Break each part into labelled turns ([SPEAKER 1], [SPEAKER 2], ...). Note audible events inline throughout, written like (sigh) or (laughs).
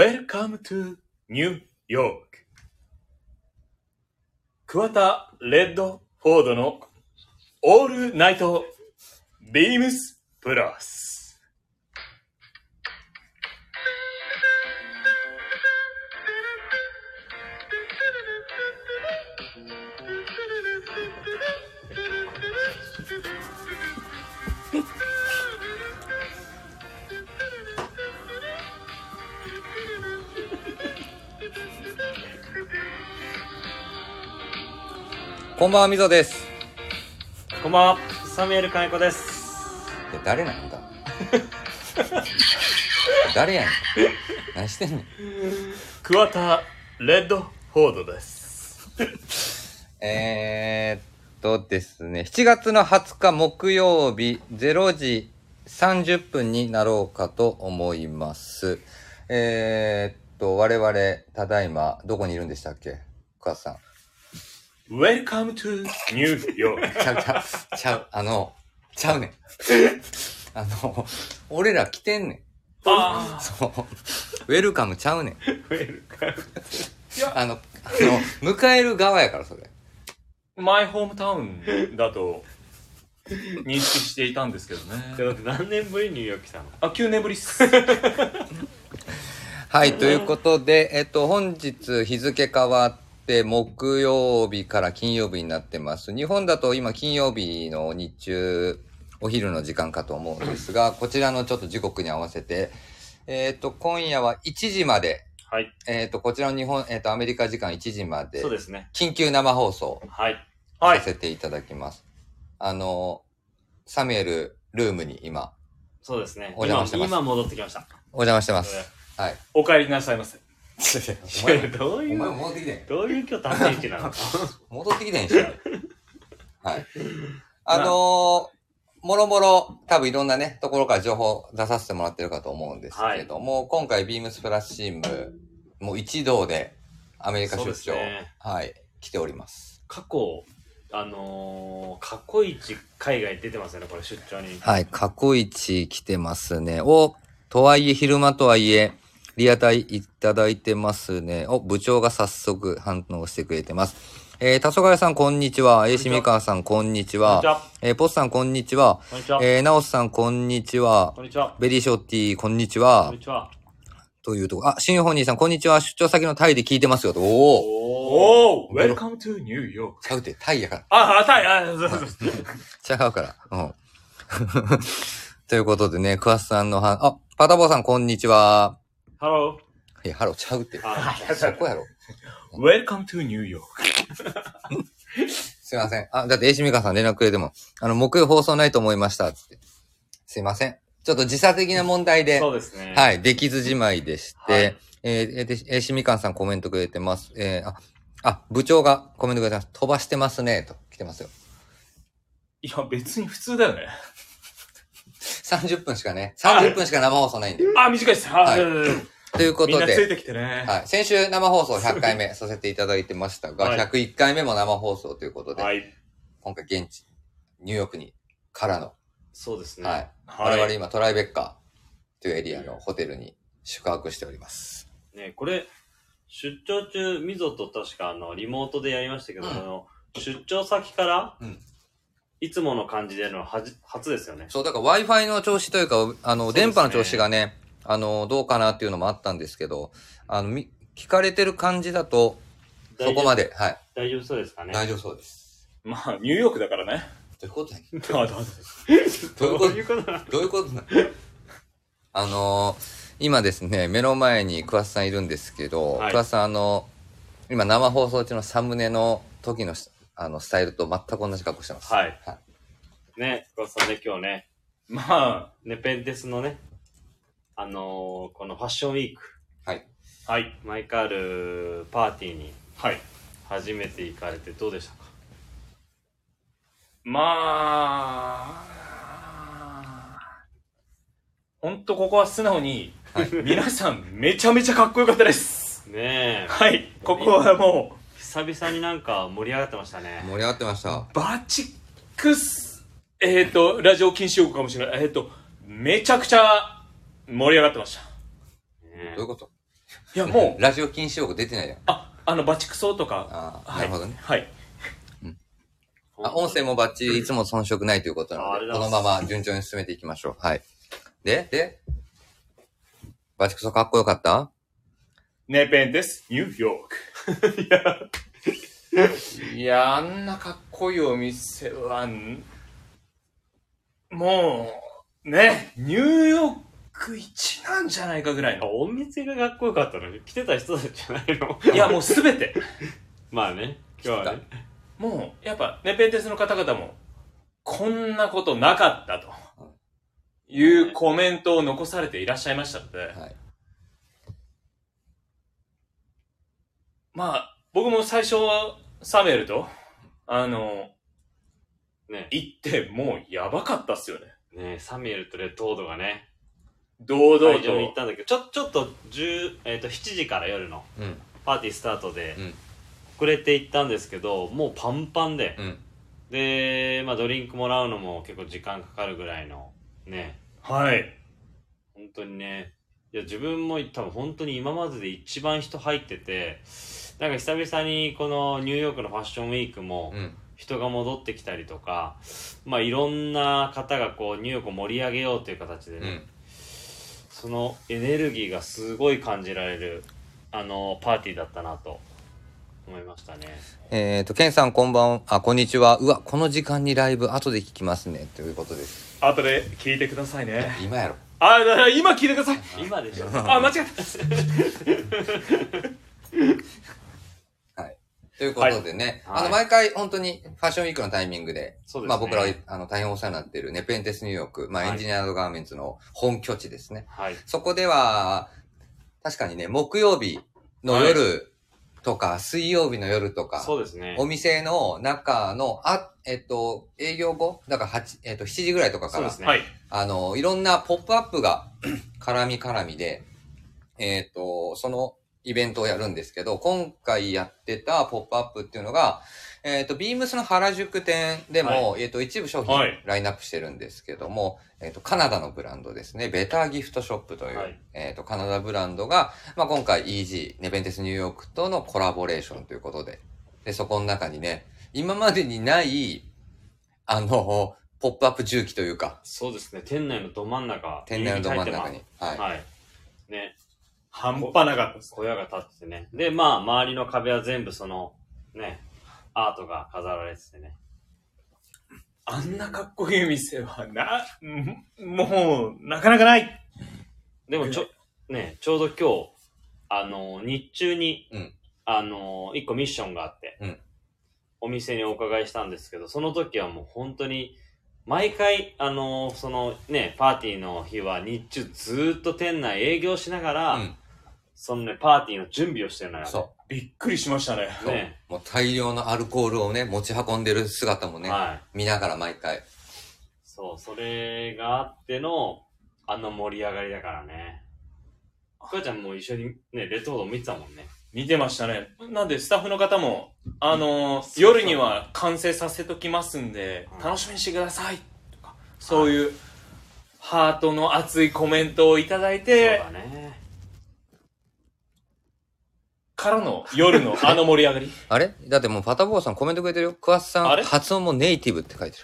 [SPEAKER 1] Welcome to New York 桑田レッドフォードのオールナイトビームスプラス
[SPEAKER 2] こんばんは、みぞです。
[SPEAKER 1] こんばんはサミュエル金子です
[SPEAKER 2] いや、誰なんだ (laughs) 誰やねん。何してんねん。
[SPEAKER 1] 桑田レッドフォードです
[SPEAKER 2] えー、っとですね、7月の20日木曜日0時30分になろうかと思います。えー、っと、我々、ただいま、どこにいるんでしたっけ母さん。
[SPEAKER 1] Welcome to New York
[SPEAKER 2] ちゃうちゃう、ちゃう、あの、ちゃうねん。あの、俺ら来てんねん。
[SPEAKER 1] (laughs) あ
[SPEAKER 2] そう。 (laughs) ウェルカムちゃうねん。
[SPEAKER 1] ー Welcome
[SPEAKER 2] あの、あの、迎える側やから、それ。
[SPEAKER 3] マイホームタウンだと認識していたんですけど
[SPEAKER 1] (laughs)
[SPEAKER 3] ね
[SPEAKER 1] じゃあだって何年ぶりにニューヨーク来たの
[SPEAKER 3] あ9年ぶり
[SPEAKER 1] (laughs)
[SPEAKER 3] っす
[SPEAKER 2] はい、ということで、えっと、本日日付変わって、木曜日から金曜日になってます。日本だと今金曜日の日中、お昼の時間かと思うんですが、こちらのちょっと時刻に合わせて、えっと、今夜は1時まで、
[SPEAKER 1] はい
[SPEAKER 2] えっと、こちらの日本、えっと、アメリカ時間1時まで
[SPEAKER 1] そ、うですね
[SPEAKER 2] 緊急生放送
[SPEAKER 1] はいは
[SPEAKER 2] さ
[SPEAKER 1] い
[SPEAKER 2] せていただきます。あの、サミュエルルームに今、
[SPEAKER 1] そうですね
[SPEAKER 2] お邪魔してます
[SPEAKER 1] 今今戻ってきました
[SPEAKER 2] お邪魔してます。
[SPEAKER 1] (laughs)
[SPEAKER 2] はい。
[SPEAKER 3] お帰りなさいませ
[SPEAKER 2] お
[SPEAKER 1] いや
[SPEAKER 2] 前、
[SPEAKER 1] どうい
[SPEAKER 2] お前
[SPEAKER 1] う
[SPEAKER 2] 戻ってきてん。
[SPEAKER 1] どういう今日立ち位置なの
[SPEAKER 2] 戻ってきてんし。はい。あのー、もろもろ、多分いろんなね、ところから情報出させてもらってるかと思うんですけれども、今回ビームスプラスチーム、もう一同でアメリカ
[SPEAKER 1] そう
[SPEAKER 2] 出
[SPEAKER 1] です
[SPEAKER 2] 張、
[SPEAKER 1] ね
[SPEAKER 2] はい、来ております。
[SPEAKER 1] 過去あのー、過去一海外出てますよねこれ出張に
[SPEAKER 2] はい、過去一来てますね。お、とはいえ、昼間とはいえ、リアタイいただいてますね。お、部長が早速反応してくれてます。えー、黄昏さん、こんにちは。えー、しみかわさん、こんにち
[SPEAKER 1] こん
[SPEAKER 2] は
[SPEAKER 1] にち。は
[SPEAKER 2] えー、ポスさん、こんにちは。
[SPEAKER 1] こんにちは
[SPEAKER 2] えー、ナオスさん、こんにちは
[SPEAKER 1] こ。んにちは
[SPEAKER 2] ベリーショーティー、こんにち
[SPEAKER 1] こ
[SPEAKER 2] は
[SPEAKER 1] んに。ちは
[SPEAKER 2] というとこ。あ、シンフォニーさん、こんにちは。出張先のタイで聞いてますよ。とおお。
[SPEAKER 1] おお
[SPEAKER 3] おお Welcome to New York
[SPEAKER 2] ちゃうて、タイやから。
[SPEAKER 3] ああたいあそうそうそう
[SPEAKER 2] ちゃうから。うん。 (laughs) ということでね、クワスさんのは、あ、パタボーさん、こんにちは。
[SPEAKER 1] ハロ
[SPEAKER 2] いや、ハローちゃうって
[SPEAKER 1] ー。あ
[SPEAKER 2] そこやろ。
[SPEAKER 3] Welcome to New York
[SPEAKER 2] すいません。あ、だって、エイシミカさん連絡くれても、あの、木曜放送ないと思いました。つって。すいません。ちょっと時差的な問題で。
[SPEAKER 1] そうですねい
[SPEAKER 2] はい、できずじまいでして、
[SPEAKER 1] はい
[SPEAKER 2] えーえーでえーしみかんさんコメントくれてます。えーあ、あ、部長がコメントくれてます。飛ばしてますね、と来てますよ。
[SPEAKER 3] いや別に普通だよね
[SPEAKER 2] 30分しかね、30分しか生放送ないんで。
[SPEAKER 3] あ短いっすあ、
[SPEAKER 2] はい
[SPEAKER 3] い、
[SPEAKER 2] というこ
[SPEAKER 3] みん
[SPEAKER 2] と
[SPEAKER 3] なつい
[SPEAKER 2] で、
[SPEAKER 3] てきてね、
[SPEAKER 2] はい、先週生放送100回目させていただいてましたが、
[SPEAKER 1] はい
[SPEAKER 2] 101回目も生放送ということで、
[SPEAKER 1] はい
[SPEAKER 2] 今回現地、ニューヨークに、からの、
[SPEAKER 1] そうですね
[SPEAKER 2] はい、
[SPEAKER 1] はい
[SPEAKER 2] 我々今トライベッカーというエリアのホテルに宿泊しております。
[SPEAKER 1] ねこれ出張中みぞと確かあのリモートでやりましたけど、
[SPEAKER 2] うん
[SPEAKER 1] あの出張先から、
[SPEAKER 2] うん
[SPEAKER 1] いつもの感じでやるのははじ初ですよね
[SPEAKER 2] そう、だから Wi-Fi の調子というか、あ
[SPEAKER 1] そ
[SPEAKER 2] の、
[SPEAKER 1] うですね
[SPEAKER 2] 電波の調子がね、あの、どうかなっていうのもあったんですけど、あの、み聞かれてる感じだと、そこまで、はい、
[SPEAKER 1] 大丈夫そうですかね
[SPEAKER 2] 大丈夫そうです。
[SPEAKER 3] まあニューヨークだからね
[SPEAKER 2] どういうことやねん
[SPEAKER 3] あどうぞ
[SPEAKER 2] どうい
[SPEAKER 1] ど
[SPEAKER 2] う
[SPEAKER 1] う
[SPEAKER 2] こ
[SPEAKER 1] (laughs)
[SPEAKER 2] と
[SPEAKER 1] いうことなの
[SPEAKER 2] どういうことなのあのー、今ですね、目の前に桑田さんいるんですけど、
[SPEAKER 1] はい
[SPEAKER 2] 桑田さん、あの、今生放送中のサムネの時のし、あの、スタイルと全く同じ格好してます。
[SPEAKER 1] はい
[SPEAKER 2] は
[SPEAKER 1] ね深田さんね今日ね
[SPEAKER 3] まあ
[SPEAKER 1] ねペンテスのねあのーこのファッションウィーク
[SPEAKER 2] はい。
[SPEAKER 3] はい
[SPEAKER 1] マイカールパーティーに
[SPEAKER 3] はい
[SPEAKER 1] 初めて行かれてどうでしたか
[SPEAKER 3] まあ、ほんとここは素直に、皆さんめちゃめちゃかっこよかったです。
[SPEAKER 1] ねえ
[SPEAKER 3] はい、ここはも
[SPEAKER 1] 久々になんか盛り上がってましたね
[SPEAKER 2] 盛り上がってました。
[SPEAKER 3] う、バチクス、えっ、ー、と、ラジオ禁止用語かもしれない。えっ、ー、と、めちゃくちゃ盛り上がってました。
[SPEAKER 1] ね
[SPEAKER 2] どういうこと
[SPEAKER 3] いや、もう、
[SPEAKER 2] ラジオ禁止用語出てないじゃん。
[SPEAKER 3] あ、あの、バチクソとか。
[SPEAKER 2] ああ、
[SPEAKER 3] は。
[SPEAKER 2] ないるほどね。
[SPEAKER 3] はい。
[SPEAKER 2] あ音声もバッチリ、いつも遜色ないということな
[SPEAKER 4] ああ
[SPEAKER 2] の
[SPEAKER 4] り
[SPEAKER 2] で、
[SPEAKER 4] が
[SPEAKER 2] こと
[SPEAKER 4] うご
[SPEAKER 2] の
[SPEAKER 4] ざ
[SPEAKER 2] ま
[SPEAKER 4] い
[SPEAKER 2] ま順調に進めていきましょう。はい。で、で、バチクソかっこよかった
[SPEAKER 4] ネペンです。ニューヨーク。いや、
[SPEAKER 3] (laughs) いや、あんなかっこいいお店は、んもう、ね、ニューヨーク一なんじゃないかぐらいの。
[SPEAKER 1] お店がかっこよかったのに来てた人たちじゃないの
[SPEAKER 3] いや、もうすべて。
[SPEAKER 1] (laughs) まあね今日はね
[SPEAKER 3] もう、やっぱ、ネペンテスの方々も、こんなことなかったと。いうコメントを残されていらっしゃいましたので、
[SPEAKER 2] はい。
[SPEAKER 3] まあ、僕も最初はサメルと、あの、
[SPEAKER 1] ね
[SPEAKER 3] 行って、もうやばかったっすよね。
[SPEAKER 1] ねサミュエルとレッドオードがね
[SPEAKER 3] 堂々
[SPEAKER 1] 会
[SPEAKER 3] と
[SPEAKER 1] 場。に行ったんだけどちょちょっと10、えー、と7時から夜の
[SPEAKER 2] うん、
[SPEAKER 1] パーティースタートで
[SPEAKER 2] うん
[SPEAKER 1] 遅れて行ったんですけどもうパンパンで、
[SPEAKER 2] うん。
[SPEAKER 1] で、まあ、ドリンクもらうのも結構時間かかるぐらいのね
[SPEAKER 3] はい。
[SPEAKER 1] 本当にねいや自分も多分本当に今までで一番人入っててなんか久々にこのニューヨークのファッションウィークも
[SPEAKER 2] うん。
[SPEAKER 1] 人が戻ってきたりとか、まあいろんな方がこうニューヨークを盛り上げようという形で
[SPEAKER 2] う
[SPEAKER 1] ね、
[SPEAKER 2] ん。
[SPEAKER 1] そのエネルギーがすごい感じられるあのパーティーだったなと思いましたね
[SPEAKER 2] えっ、と、ケンさんこんばん、あ、こんにちは。うわ、この時間にライブ後で聞きますね。ということです。
[SPEAKER 3] 後で聞いてくださいね。
[SPEAKER 2] 今やろ。
[SPEAKER 3] あ、だから今聞いてください。 (laughs)
[SPEAKER 1] 今でしょ (laughs)
[SPEAKER 3] あ、間違えた。
[SPEAKER 2] はい。ということでね、
[SPEAKER 1] はい
[SPEAKER 2] あの、
[SPEAKER 1] は
[SPEAKER 2] 毎回本当にファッションウィークのタイミングで、
[SPEAKER 1] そうですね
[SPEAKER 2] まあ僕らはあの大変お世話になっているネペンテスニューヨーク、まあ
[SPEAKER 1] はい
[SPEAKER 2] エンジニアードガーメンツの本拠地ですね。
[SPEAKER 1] はい
[SPEAKER 2] そこでは、確かにね、木曜日の夜とか、水曜日の夜とか、
[SPEAKER 1] そうですね
[SPEAKER 2] お店の中の、あ、えっと、営業後、だから8、えっと、7時ぐらいとかか
[SPEAKER 1] そうで
[SPEAKER 2] ら、
[SPEAKER 1] すね、
[SPEAKER 3] はい。
[SPEAKER 2] あの、いろんなポップアップが (clears throat) 絡み絡みで、えっ、と、そのイベントをやるんですけど、今回やってたポップアップっていうのが、えっ、と、ビームスの原宿店でも、えっ、と、一部商品
[SPEAKER 3] はい
[SPEAKER 2] ラインナップしてるんですけども、えっ、と、カナダのブランドですね、ベターギフトショップという、
[SPEAKER 1] はい
[SPEAKER 2] えっ、と、カナダブランドが、まあ、今回 EG、ネベンテスニューヨークとのコラボレーションということで、で、そこの中にね、今までにない、あの、ポップアップ重機というか、
[SPEAKER 1] そうですね店内のど真ん中
[SPEAKER 2] 店内のど真ん中
[SPEAKER 1] 入り
[SPEAKER 2] に
[SPEAKER 1] 口。
[SPEAKER 2] は
[SPEAKER 1] 入ってま
[SPEAKER 2] い。
[SPEAKER 1] すはいね
[SPEAKER 3] 半端なかったです。
[SPEAKER 1] 小屋が立っててねでまあ周りの壁は全部そのねアートが飾られててね
[SPEAKER 3] あんなかっこいい店はな、んもう、なかなかない。
[SPEAKER 1] でもちょ、ね、ちょうど今日、あのー、日中に、
[SPEAKER 2] うん
[SPEAKER 1] あのー、一個ミッションがあって、
[SPEAKER 2] うん
[SPEAKER 1] お店にお伺いしたんですけど、その時はもう本当に、毎回、あのー、そのね、パーティーの日は日中ずーっと店内営業しながら、
[SPEAKER 2] うん
[SPEAKER 1] そのね、パーティーの準備をしてるのよ。
[SPEAKER 2] そ
[SPEAKER 3] びっくりしましたね。
[SPEAKER 2] う。
[SPEAKER 1] ね
[SPEAKER 2] もう大量のアルコールをね、持ち運んでる姿もね、
[SPEAKER 1] はい。
[SPEAKER 2] 見ながら毎回。
[SPEAKER 1] そう、それがあっての、あの盛り上がりだからね。母ちゃんも一緒にね、レッドボード見てたもんね。
[SPEAKER 3] 見てましたね。なんで、スタッフの方も、あのー夜には完成させときますんで、
[SPEAKER 1] うん
[SPEAKER 3] 楽しみにしてください。とか、そういう、ハートの熱いコメントをいただいて、
[SPEAKER 1] そうだね。
[SPEAKER 3] からの夜のあの盛り上がり。
[SPEAKER 2] あれだってもうパタボーさんコメントくれてるよ。クワッサ
[SPEAKER 3] あ
[SPEAKER 2] ン、
[SPEAKER 3] れ
[SPEAKER 2] 発音もネイティブって書いて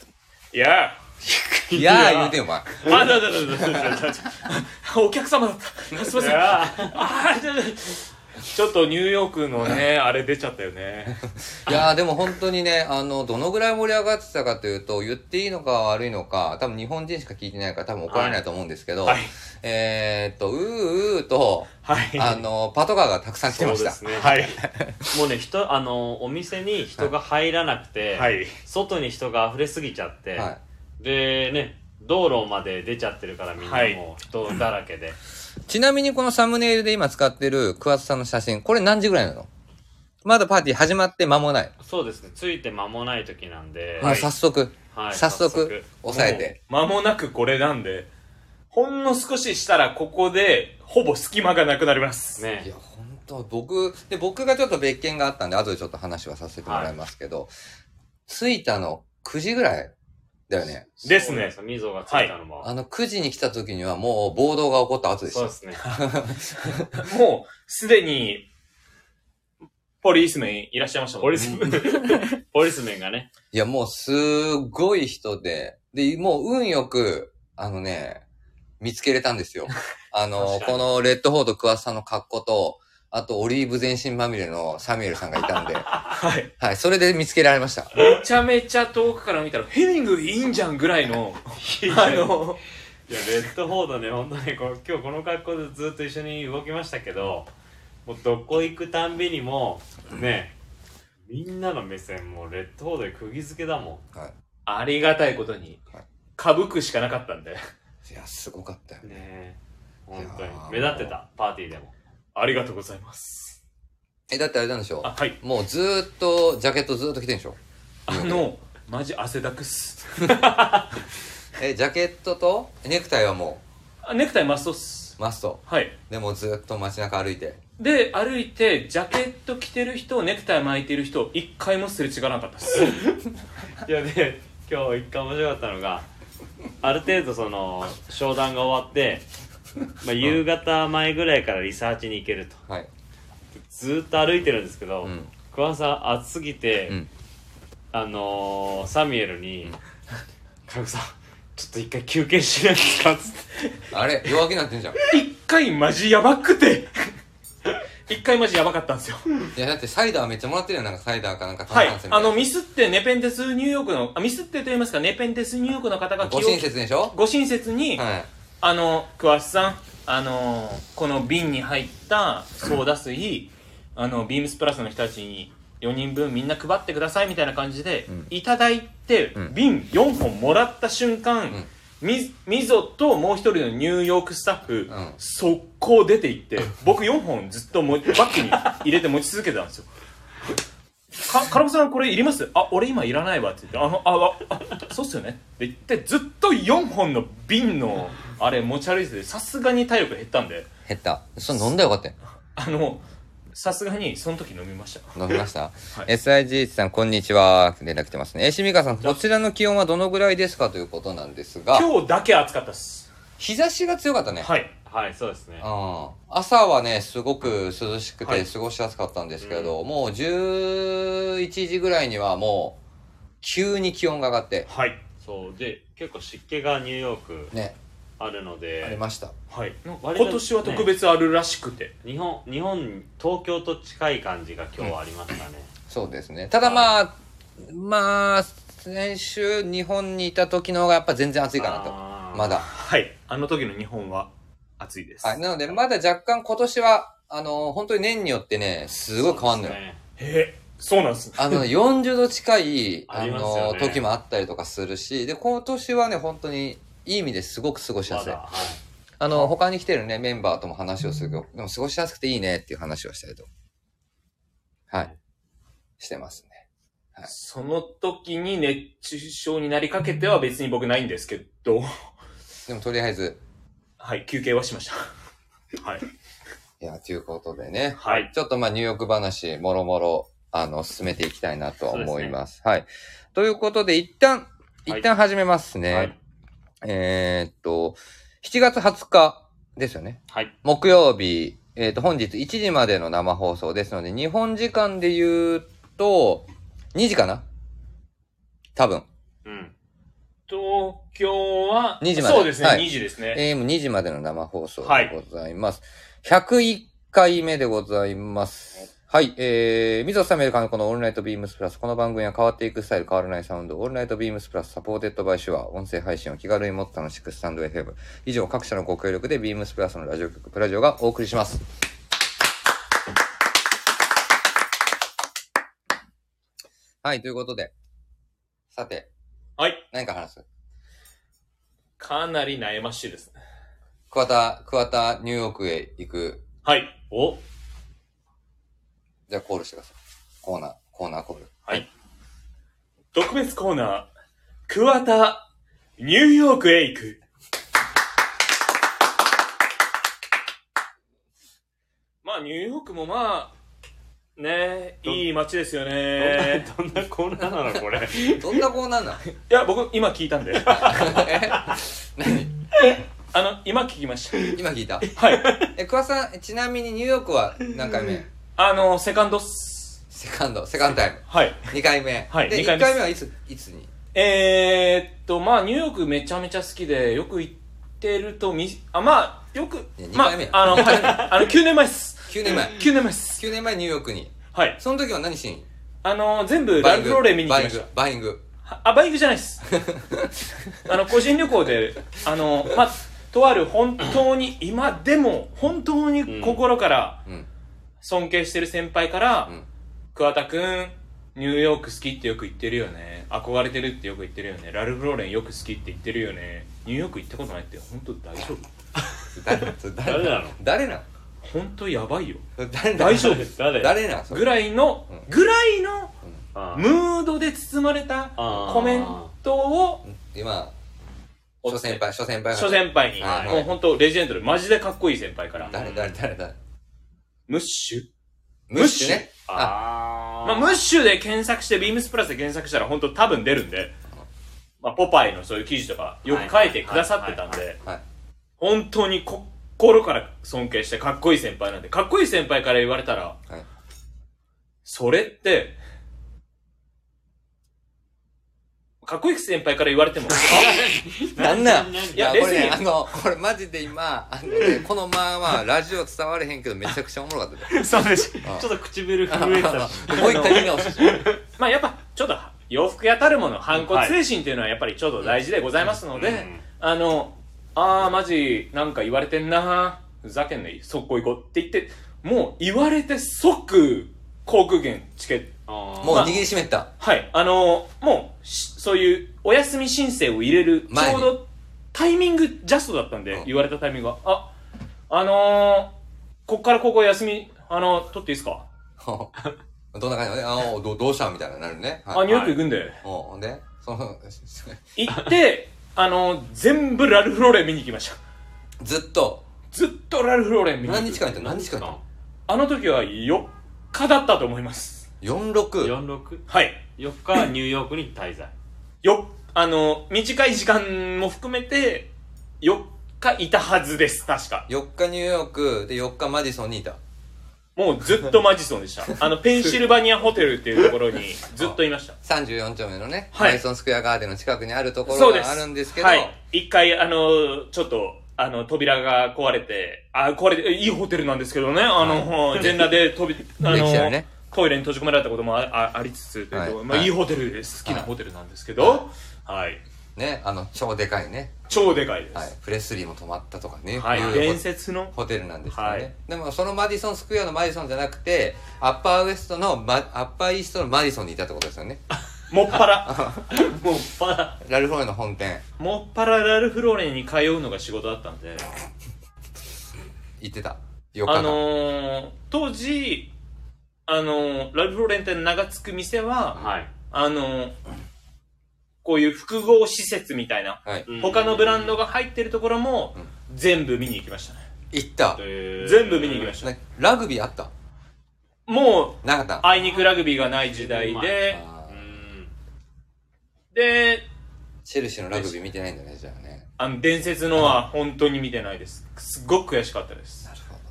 [SPEAKER 3] (laughs) いや
[SPEAKER 2] る。いやー言うてよ、お前。
[SPEAKER 3] ーあ、だだだだだだだ。お客様だ (laughs) った。すいません。あーだだだちょっとニューヨークの (laughs) ね、あれ出ちゃったよね。
[SPEAKER 2] いやーでも本当にね、あの、どのぐらい盛り上がってたかというと、言っていいのか悪いのか、多分日本人しか聞いてないから多分怒られないと思うんですけど、
[SPEAKER 3] はい。
[SPEAKER 2] えーっと、うーう
[SPEAKER 1] (laughs)
[SPEAKER 2] ーと、
[SPEAKER 3] はい。
[SPEAKER 2] あの、パトカーがたくさん来てました。
[SPEAKER 1] そうですね。
[SPEAKER 3] はい。
[SPEAKER 1] もうね、人、あの、お店に人が入らなくて、
[SPEAKER 3] はい。
[SPEAKER 1] 外に人が溢れすぎちゃって、
[SPEAKER 2] はい。
[SPEAKER 1] で、ね、道路まで出ちゃってるからみんな
[SPEAKER 3] はい
[SPEAKER 1] もう人だらけで。
[SPEAKER 2] ちなみにこのサムネイルで今使ってるクワッサンの写真、これ何時ぐらいなのまだパーティー始まって間もない。
[SPEAKER 1] そうですね、ついて間もない時なんで、
[SPEAKER 2] まあ早速、
[SPEAKER 1] はい
[SPEAKER 2] 早速、押さえて。
[SPEAKER 3] もう間もなくこれなんで、ほんの少ししたらここで、ほぼ隙間がなくなります。
[SPEAKER 2] い
[SPEAKER 1] ね
[SPEAKER 2] や、、本当僕、で、僕がちょっと別件があったんで、後でちょっと話はさせてもらいますけど、着いたの9時ぐらいだよね。
[SPEAKER 3] です
[SPEAKER 1] そう
[SPEAKER 3] ね
[SPEAKER 1] です。溝がついたのは。
[SPEAKER 2] あの、9時に来た時にはもう暴動が起こった後でし
[SPEAKER 1] そう
[SPEAKER 2] た
[SPEAKER 1] で。すね。
[SPEAKER 3] もう、すでに、ポリスメンいらっしゃいましたも
[SPEAKER 1] ポ
[SPEAKER 3] ん
[SPEAKER 1] リ
[SPEAKER 3] ね。
[SPEAKER 1] スメン、ポリスメンがね。
[SPEAKER 2] いや、もうすごい人で、で、もう運よく、あのね、見つけれたんですよ。あの、
[SPEAKER 1] 確か
[SPEAKER 2] こ
[SPEAKER 1] に
[SPEAKER 2] のレッドフォード桑田さんの格好と、あとオリーブ全身まみれのサミュエルさんがいたんで、
[SPEAKER 3] はい。
[SPEAKER 2] はい、それで見つけられました。
[SPEAKER 3] めちゃめちゃ遠くから見たら、ヘミングいいんじゃんぐらいの、あの、
[SPEAKER 1] いや、レッドフォードね、本当にこう今日この格好でずっと一緒に動きましたけど、もうどこ行くたんびにも、ね、みんなの目線もうレッドフォードで釘付けだもん。
[SPEAKER 2] はい。
[SPEAKER 3] ありがたいことに
[SPEAKER 2] はい、
[SPEAKER 3] かぶくしかなかったんで、
[SPEAKER 2] いや、すごかったよ。
[SPEAKER 1] ね本
[SPEAKER 2] い
[SPEAKER 1] 当に
[SPEAKER 2] やー
[SPEAKER 1] 目立ってたパーティーでも
[SPEAKER 3] ありがとうございます。
[SPEAKER 2] え、だってあれなんでしょ
[SPEAKER 3] あ、はい。
[SPEAKER 2] もうずーっと、ジャケットずーっと着てんでしょ
[SPEAKER 3] あの、マジ汗だくっす。
[SPEAKER 2] え、ジャケットとネクタイはも
[SPEAKER 3] あネクタイマストっす。
[SPEAKER 2] う、マスト。
[SPEAKER 3] はい。
[SPEAKER 2] でもうずーっと街中歩いて。
[SPEAKER 3] で、歩いて、ジャケット着てる人、ネクタイ巻いてる人、一回もすれ違わなかったっす。
[SPEAKER 1] いやで今日一回面白かったのがある程度その商談が終わって、まあ、夕方前ぐらいからリサーチに行けると
[SPEAKER 2] はい。
[SPEAKER 1] ずーっと歩いてるんですけど、
[SPEAKER 2] うん
[SPEAKER 1] 桑田さん暑すぎて、
[SPEAKER 2] うん。
[SPEAKER 1] あのー、サミュエルに「かぐさんちょっと一回休憩しないですか?」っつって
[SPEAKER 2] あれ、弱気になってんじゃん。
[SPEAKER 3] 一回マジやばくて、一回マジやばかったんですよ。
[SPEAKER 2] いや、だってサイダーめっちゃもらってるよ。なんかサイダーかなんか
[SPEAKER 3] は
[SPEAKER 2] 炭
[SPEAKER 3] い
[SPEAKER 2] 酸水。みた
[SPEAKER 3] あ
[SPEAKER 2] いな
[SPEAKER 3] の、ミスってネペンテスニューヨークの、あミスってと言いますか、ネペンテスニューヨークの方が
[SPEAKER 2] ご
[SPEAKER 3] を
[SPEAKER 2] 親切でしょ
[SPEAKER 3] ご親切に、
[SPEAKER 2] はい。
[SPEAKER 3] あの、桑田さん、あの、この瓶に入ったソーダ水、あの、ビームスプラスの人たちに4人分みんな配ってくださいみたいな感じで、
[SPEAKER 2] うん
[SPEAKER 3] いただいて、
[SPEAKER 2] うん
[SPEAKER 3] 瓶4本もらった瞬間、
[SPEAKER 2] ん
[SPEAKER 3] み、みぞともう一人のニューヨークスタッフ、
[SPEAKER 2] ん
[SPEAKER 3] 速攻出て行って、僕4本ずっともバッグに入れて持ち続けてたんですよ。か、カラムさんこれいりますあ、俺今いらないわって言って、あの、あ、あ、あそうっすよねって言って、ずっと4本の瓶の、あれ持ち歩いてて、さすがに体力減ったんで、
[SPEAKER 2] 減った。それ飲んだらよかったよ。
[SPEAKER 3] あの、さすがにその時飲みました。
[SPEAKER 2] 飲みました ?SIGH さん、こんにちは。連絡来てますね。え、しみかさん、こちらの気温はどのぐらいですかということなんですが、
[SPEAKER 3] 今日だけ暑かったっす。
[SPEAKER 2] 日差しが強かったね。
[SPEAKER 3] はい。
[SPEAKER 1] はいそうですね
[SPEAKER 2] うん朝はね、すごく涼しく
[SPEAKER 3] は
[SPEAKER 2] て
[SPEAKER 3] い
[SPEAKER 2] 過ごしやすかったんですけど、もう11時ぐらいにはもう、急に気温が上がって、
[SPEAKER 3] はい。
[SPEAKER 1] そうで結構湿気がニューヨーク
[SPEAKER 2] ね、
[SPEAKER 1] あるの
[SPEAKER 2] あり
[SPEAKER 1] で
[SPEAKER 2] ました。
[SPEAKER 3] はい。
[SPEAKER 1] なんか
[SPEAKER 3] 今
[SPEAKER 1] 割と
[SPEAKER 3] 年は特
[SPEAKER 1] ね
[SPEAKER 3] 別あるらしくて。
[SPEAKER 1] 日本日本東京と近い感じが今日はありましたね、
[SPEAKER 2] そうですね。ただまあ、まあ、先週日本にいた時の方がやっぱ全然暑いかなと。
[SPEAKER 1] あー
[SPEAKER 2] まだ。
[SPEAKER 3] はい。あの時の日本は暑いです。
[SPEAKER 2] はい。なので、まだ若干今年は、あのー本当に年によってね、すごい変わんの
[SPEAKER 1] そ
[SPEAKER 2] よ。
[SPEAKER 1] うですね
[SPEAKER 3] へえ、そうなんですね。
[SPEAKER 2] あの、40
[SPEAKER 1] (laughs)
[SPEAKER 2] 度近い、
[SPEAKER 1] あ
[SPEAKER 2] あ
[SPEAKER 1] ります
[SPEAKER 2] の
[SPEAKER 1] よ
[SPEAKER 2] ー
[SPEAKER 1] ね
[SPEAKER 2] 時もあったりとかするし、で、今年はね、本当に、いい意味ですごく過ごしや
[SPEAKER 1] ます
[SPEAKER 2] い
[SPEAKER 1] だ。。はい
[SPEAKER 2] あの、他に来てるね、メンバーとも話をするけど、でも過ごしやすくていいねっていう話をしたりと。はい。してますね。
[SPEAKER 3] その時に熱中症になりかけては別に僕ないんですけど、
[SPEAKER 2] でもとりあえず、
[SPEAKER 3] はい、休憩はしました。はい。
[SPEAKER 2] いや、ということでね。
[SPEAKER 1] はい。
[SPEAKER 2] ちょっとまあ入浴話、もろもろ、あの、進めていきたいなとは思います。はい。ということで、一旦、
[SPEAKER 1] はい
[SPEAKER 2] 一旦始めますね。
[SPEAKER 1] はい
[SPEAKER 2] えーっと、7月20日ですよね。
[SPEAKER 1] はい。
[SPEAKER 2] 木曜日、えーっと、本日1時までの生放送ですので、日本時間で言うと、2時かな多分。
[SPEAKER 1] うん。
[SPEAKER 3] 東京は、
[SPEAKER 2] 2時まで
[SPEAKER 3] そうですね、
[SPEAKER 2] はい
[SPEAKER 3] 2時ですね。
[SPEAKER 2] AM2 時までの生放送でございます。101回目でございます。はい、えー、水溜めるかのこのオールナイトビームスプラス。この番組は変わっていくスタイル変わらないサウンド、オールナイトビームスプラスサポーテッドバイシュア、音声配信を気軽にもっと楽しくスタンド FM。以上、各社のご協力でビームスプラスのラジオ局、プラジオがお送りします。はい、ということで。さて、
[SPEAKER 3] はい。
[SPEAKER 2] 何か話す
[SPEAKER 3] かなり悩ましいですね。
[SPEAKER 2] 桑田、桑田、ニューヨークへ行く
[SPEAKER 3] はい。
[SPEAKER 1] お
[SPEAKER 2] じゃあコールしてください。コーナー、コーナーコール。
[SPEAKER 3] 特別コーナー、桑田、ニューヨークへ行く。まあ、ニューヨークもまあ、ね
[SPEAKER 1] どん
[SPEAKER 3] いい街ですよね
[SPEAKER 1] どんなコーナーなのこれ
[SPEAKER 2] どんなコーナーなの
[SPEAKER 3] いや僕今聞いたん
[SPEAKER 2] (laughs)
[SPEAKER 3] で
[SPEAKER 2] え何
[SPEAKER 3] あの今聞きました
[SPEAKER 2] 今聞いた
[SPEAKER 3] はい
[SPEAKER 2] え桑さんちなみにニューヨークは何回目
[SPEAKER 3] あのセカンドっす
[SPEAKER 2] セカンドセカンドタイ (laughs) ム
[SPEAKER 3] はい
[SPEAKER 2] 2回目
[SPEAKER 3] はい
[SPEAKER 2] で
[SPEAKER 3] 二
[SPEAKER 2] 1
[SPEAKER 3] 回目です
[SPEAKER 2] 回目はいついつに
[SPEAKER 3] えー、っとまあニューヨークめちゃめちゃ好きでよく行ってるとみあまあよく
[SPEAKER 2] いや二
[SPEAKER 3] ま
[SPEAKER 2] 回目や
[SPEAKER 3] あ
[SPEAKER 2] (laughs)
[SPEAKER 3] あの、はい、あの9年前っす
[SPEAKER 2] 9年前
[SPEAKER 3] 9年前っす
[SPEAKER 2] 9年前ニューヨークに
[SPEAKER 3] はい
[SPEAKER 2] その時は何しに
[SPEAKER 3] あの全部
[SPEAKER 2] バ
[SPEAKER 3] ラ
[SPEAKER 2] イン
[SPEAKER 3] イ
[SPEAKER 2] グ
[SPEAKER 3] ブローレン見に行きました
[SPEAKER 2] バイング
[SPEAKER 3] あ、バイクじゃな
[SPEAKER 2] (laughs)
[SPEAKER 3] いです。あの、個人旅行で、あの、まあ、とある本当に、今でも、本当に心から
[SPEAKER 2] バイングうん
[SPEAKER 3] 尊敬してる先輩から、
[SPEAKER 2] うん
[SPEAKER 3] 桑田くん、ニューヨーク好きってよく言ってるよね。憧れてるってよく言ってるよね。ラルフローレンよく好きって言ってるよね。ニューヨーク行ったことないって、本当大丈夫
[SPEAKER 2] 誰それ誰
[SPEAKER 1] 誰
[SPEAKER 2] な
[SPEAKER 1] なの
[SPEAKER 2] 誰な
[SPEAKER 3] 本当やばいよ。
[SPEAKER 2] の誰なの
[SPEAKER 3] 大丈夫
[SPEAKER 1] 誰
[SPEAKER 2] 誰なのそれ
[SPEAKER 3] ぐらいの
[SPEAKER 2] うん、
[SPEAKER 3] ぐらいの
[SPEAKER 1] あ
[SPEAKER 3] ムードで包まれた
[SPEAKER 1] あー
[SPEAKER 3] コメントを、
[SPEAKER 2] 今
[SPEAKER 3] お
[SPEAKER 2] 諸先輩諸先輩
[SPEAKER 3] 諸先輩に、
[SPEAKER 2] はい
[SPEAKER 3] もう本当レジェンドで、マジでかっこいい先輩から。
[SPEAKER 2] 誰誰誰誰
[SPEAKER 3] ムッシュ
[SPEAKER 2] ムッシュねあ
[SPEAKER 1] あ
[SPEAKER 3] まあ、ムッシュで検索して、ビームスプラスで検索したら、本当多分出るんで、まあ、ポパイのそういう記事とか、よく書いてくださってたん
[SPEAKER 1] はい
[SPEAKER 3] で、
[SPEAKER 2] はい
[SPEAKER 3] 本当に心から尊敬して、かっこいい先輩なんで、かっこいい先輩から言われたら、
[SPEAKER 2] はい
[SPEAKER 3] それって、かっこいい先輩から言われても、
[SPEAKER 2] なんなん
[SPEAKER 1] 何
[SPEAKER 2] いや、こ
[SPEAKER 3] レ
[SPEAKER 2] れ
[SPEAKER 3] スリ
[SPEAKER 2] ね、
[SPEAKER 3] ー
[SPEAKER 2] あの、これマジで今、あのね、このままラジオ伝われへんけど、めちゃくちゃおもろかった
[SPEAKER 1] (laughs)
[SPEAKER 2] で。
[SPEAKER 1] そうです
[SPEAKER 2] あ
[SPEAKER 1] ちょっと唇
[SPEAKER 3] (laughs)
[SPEAKER 1] 震えてた
[SPEAKER 2] (laughs)
[SPEAKER 1] し
[SPEAKER 2] もう一回言い直し。
[SPEAKER 3] まあやっぱちょっと洋服やたるもの反骨精神っていうのはやっぱりちょっと大事でございますので、
[SPEAKER 1] うん
[SPEAKER 3] あのああマジなんか言われてんなふざけんない速攻行こうって言ってもう言われて即航空券チケット
[SPEAKER 2] もう
[SPEAKER 1] も
[SPEAKER 2] 握りしめ
[SPEAKER 3] (laughs)
[SPEAKER 2] た。
[SPEAKER 3] はいあのもうしそういうお休み申請を入れるち
[SPEAKER 2] 前
[SPEAKER 3] ょ
[SPEAKER 2] に
[SPEAKER 3] うどタイミングジャストだったんで、
[SPEAKER 2] うん
[SPEAKER 3] 言われたタイミングがああのー、こっからここ休みあの取っていいですか、
[SPEAKER 2] どんな感じだね、あおどどうしたみたいななるね。
[SPEAKER 3] あ
[SPEAKER 2] はい
[SPEAKER 3] ニューヨーク行くんで、
[SPEAKER 2] おほんで、その、 (laughs)
[SPEAKER 3] 行って、あの、全部ラルフローレン見に行きました。
[SPEAKER 2] ずっと、
[SPEAKER 3] ずっとラルフローレン見に行
[SPEAKER 2] 何
[SPEAKER 3] き
[SPEAKER 2] 日間行ったの何日間行っ
[SPEAKER 3] あの時は4日だったと思います。
[SPEAKER 2] たの ?46。
[SPEAKER 1] 46
[SPEAKER 3] はい。
[SPEAKER 1] 4日ニューヨークに滞在
[SPEAKER 3] よ、あの、短い時間も含めて、4日いたはずです、確か。
[SPEAKER 2] 4日ニューヨークで4日マディソンにいた。
[SPEAKER 3] もうずっとマジソンで (laughs) した。あの、ペンシルバニアホテルっていうところにずっといました。
[SPEAKER 2] 34丁目のね、
[SPEAKER 3] はい
[SPEAKER 2] マディソンスクエアガーデンの近くにあるとこ
[SPEAKER 3] そ
[SPEAKER 2] ろ
[SPEAKER 3] うです。
[SPEAKER 2] があるんですけど、
[SPEAKER 3] はい。一回、あの、ちょっと、あの、扉が壊れて、あ、壊れて、いいホテルなんですけどね、あの、全裸で飛び、あ
[SPEAKER 2] 歴
[SPEAKER 3] の
[SPEAKER 2] 史ある、ね
[SPEAKER 3] トイレに閉じ込められたこともああありつつというところ、
[SPEAKER 2] はい
[SPEAKER 3] まあ、
[SPEAKER 2] はい
[SPEAKER 3] いいホテルです。好きなホテルなんですけど、はい。
[SPEAKER 2] ね、あの、超でかいね、
[SPEAKER 3] 超でかいです。
[SPEAKER 2] は、
[SPEAKER 3] はい
[SPEAKER 2] プレスリーも泊まったとかね、
[SPEAKER 3] い。
[SPEAKER 2] う
[SPEAKER 3] 伝説の、
[SPEAKER 2] ホテルなんですよね、
[SPEAKER 3] はい
[SPEAKER 2] でもそのマディソンスクエアのマディソンじゃなくてアッパーウエストのマアッパーイーストのマディソンにいたってことですよね
[SPEAKER 3] もっ
[SPEAKER 2] (laughs)
[SPEAKER 3] ぱら、
[SPEAKER 1] もうパラ
[SPEAKER 2] ラルフローレンの本店
[SPEAKER 3] もっぱらラルフローレンに通うのが仕事だったんで、
[SPEAKER 2] 行ってた4日間
[SPEAKER 3] あのー、当時、あのー、ラルフローレンって名が付く店は、
[SPEAKER 1] はい
[SPEAKER 3] あの、こういう複合施設みたいな、
[SPEAKER 2] はい、
[SPEAKER 1] うん
[SPEAKER 3] 他のブランドが入ってるところも
[SPEAKER 2] うん、
[SPEAKER 3] 全部見に行きましたね。
[SPEAKER 2] 行った
[SPEAKER 3] 全部見に行きま
[SPEAKER 1] し
[SPEAKER 3] した。
[SPEAKER 2] なラグビーあった
[SPEAKER 3] も
[SPEAKER 2] なかった
[SPEAKER 3] う、あいにくラグビーがない時代で、
[SPEAKER 2] あ
[SPEAKER 1] たう
[SPEAKER 2] ー
[SPEAKER 1] ん
[SPEAKER 3] で、
[SPEAKER 2] チェルシーのラグビー見てないんだねじゃあね
[SPEAKER 3] あの、伝説のは本当に見てないです。すっごく悔しかったです
[SPEAKER 2] な。るほどね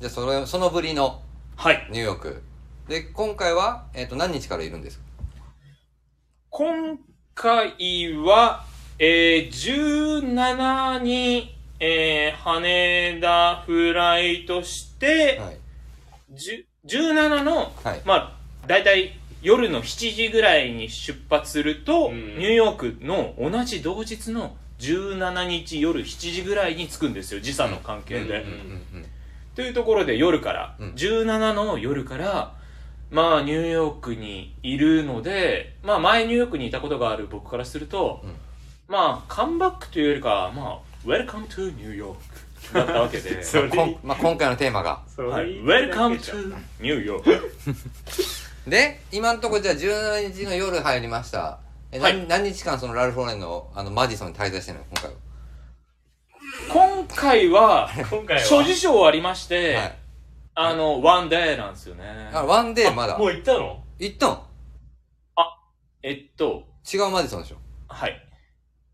[SPEAKER 2] じゃあそれそのぶりの
[SPEAKER 3] はい。
[SPEAKER 2] ニューヨークで今回は、えっと何日からいるんですか
[SPEAKER 3] 今回は、えー、17に、えー、羽田フライトして、
[SPEAKER 2] はい
[SPEAKER 3] じゅ17の、
[SPEAKER 2] はい
[SPEAKER 3] まあ、大体夜の7時ぐらいに出発すると、
[SPEAKER 1] うん
[SPEAKER 3] ニューヨークの同じ同日の17日夜7時ぐらいに着くんですよ時差の関係で、
[SPEAKER 2] うんうん
[SPEAKER 3] というところで夜から、
[SPEAKER 2] うん
[SPEAKER 3] 17の夜からまあニューヨークにいるのでまあ前ニューヨークにいたことがある僕からすると、
[SPEAKER 2] うん
[SPEAKER 3] まあカムバックというよりかまあ Welcome to New York だったわけ
[SPEAKER 1] (laughs)
[SPEAKER 3] で
[SPEAKER 1] そ
[SPEAKER 2] うんこんまあ、今回のテーマが
[SPEAKER 1] そ
[SPEAKER 3] はい、
[SPEAKER 1] れ
[SPEAKER 3] Welcome (laughs) to New York
[SPEAKER 2] で今んとこじゃあ17日の夜入りましたえ、な
[SPEAKER 3] はい
[SPEAKER 2] 何日間そのラルフ・ローレンのあのマディソンに滞在してるの今回は
[SPEAKER 3] 今回は
[SPEAKER 1] 今回は
[SPEAKER 3] 諸事情ありまして、
[SPEAKER 2] はい
[SPEAKER 3] あの、ワンデーなんですよね。
[SPEAKER 2] あ、ワンデーまだ
[SPEAKER 1] も。う行ったの
[SPEAKER 2] 行ったん
[SPEAKER 3] えっと、
[SPEAKER 2] 違うマディソンでしょ。
[SPEAKER 3] はい。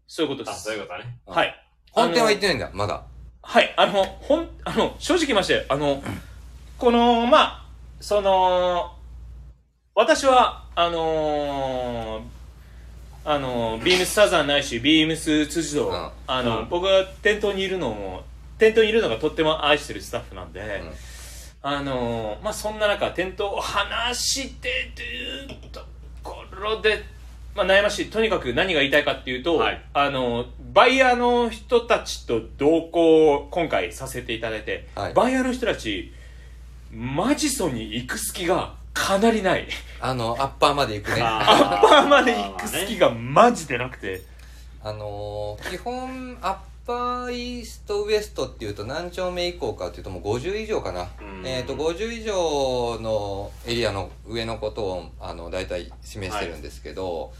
[SPEAKER 3] そういうことで
[SPEAKER 1] あ、
[SPEAKER 3] す。
[SPEAKER 1] そういうことね。
[SPEAKER 3] はい。
[SPEAKER 2] 本店は行ってないんだ、まだ。
[SPEAKER 3] はい、あの、ほん、あの、正直言いまして、あの、この、まあ、その、私は、あのーあのービームスサザンないし、ビームス辻堂、
[SPEAKER 2] うん
[SPEAKER 3] あの、
[SPEAKER 1] うん
[SPEAKER 3] 僕は店頭にいるのも、店頭にいるのがとっても愛してるスタッフなんで、
[SPEAKER 2] ん
[SPEAKER 3] あのーまあ、そんな中、店頭を話してというところで、まあ、悩ましい。とにかく何が言いたいかっていうと、
[SPEAKER 1] はい
[SPEAKER 3] あの、バイヤーの人たちと同行を今回させていただいて、
[SPEAKER 2] はい
[SPEAKER 3] バイヤーの人たち、マジソンに行く隙がかなりない。
[SPEAKER 2] あの、アッパーまで行くね。あ
[SPEAKER 1] ア
[SPEAKER 3] パーまで行く隙がマジでなくて。
[SPEAKER 2] のー基本、アッパーイーストウエストっていうと何丁目以降かっていうともう50以上かな。
[SPEAKER 1] うん
[SPEAKER 2] えっ、と、50以上のエリアの上のことを、あの、大体示してるんですけど、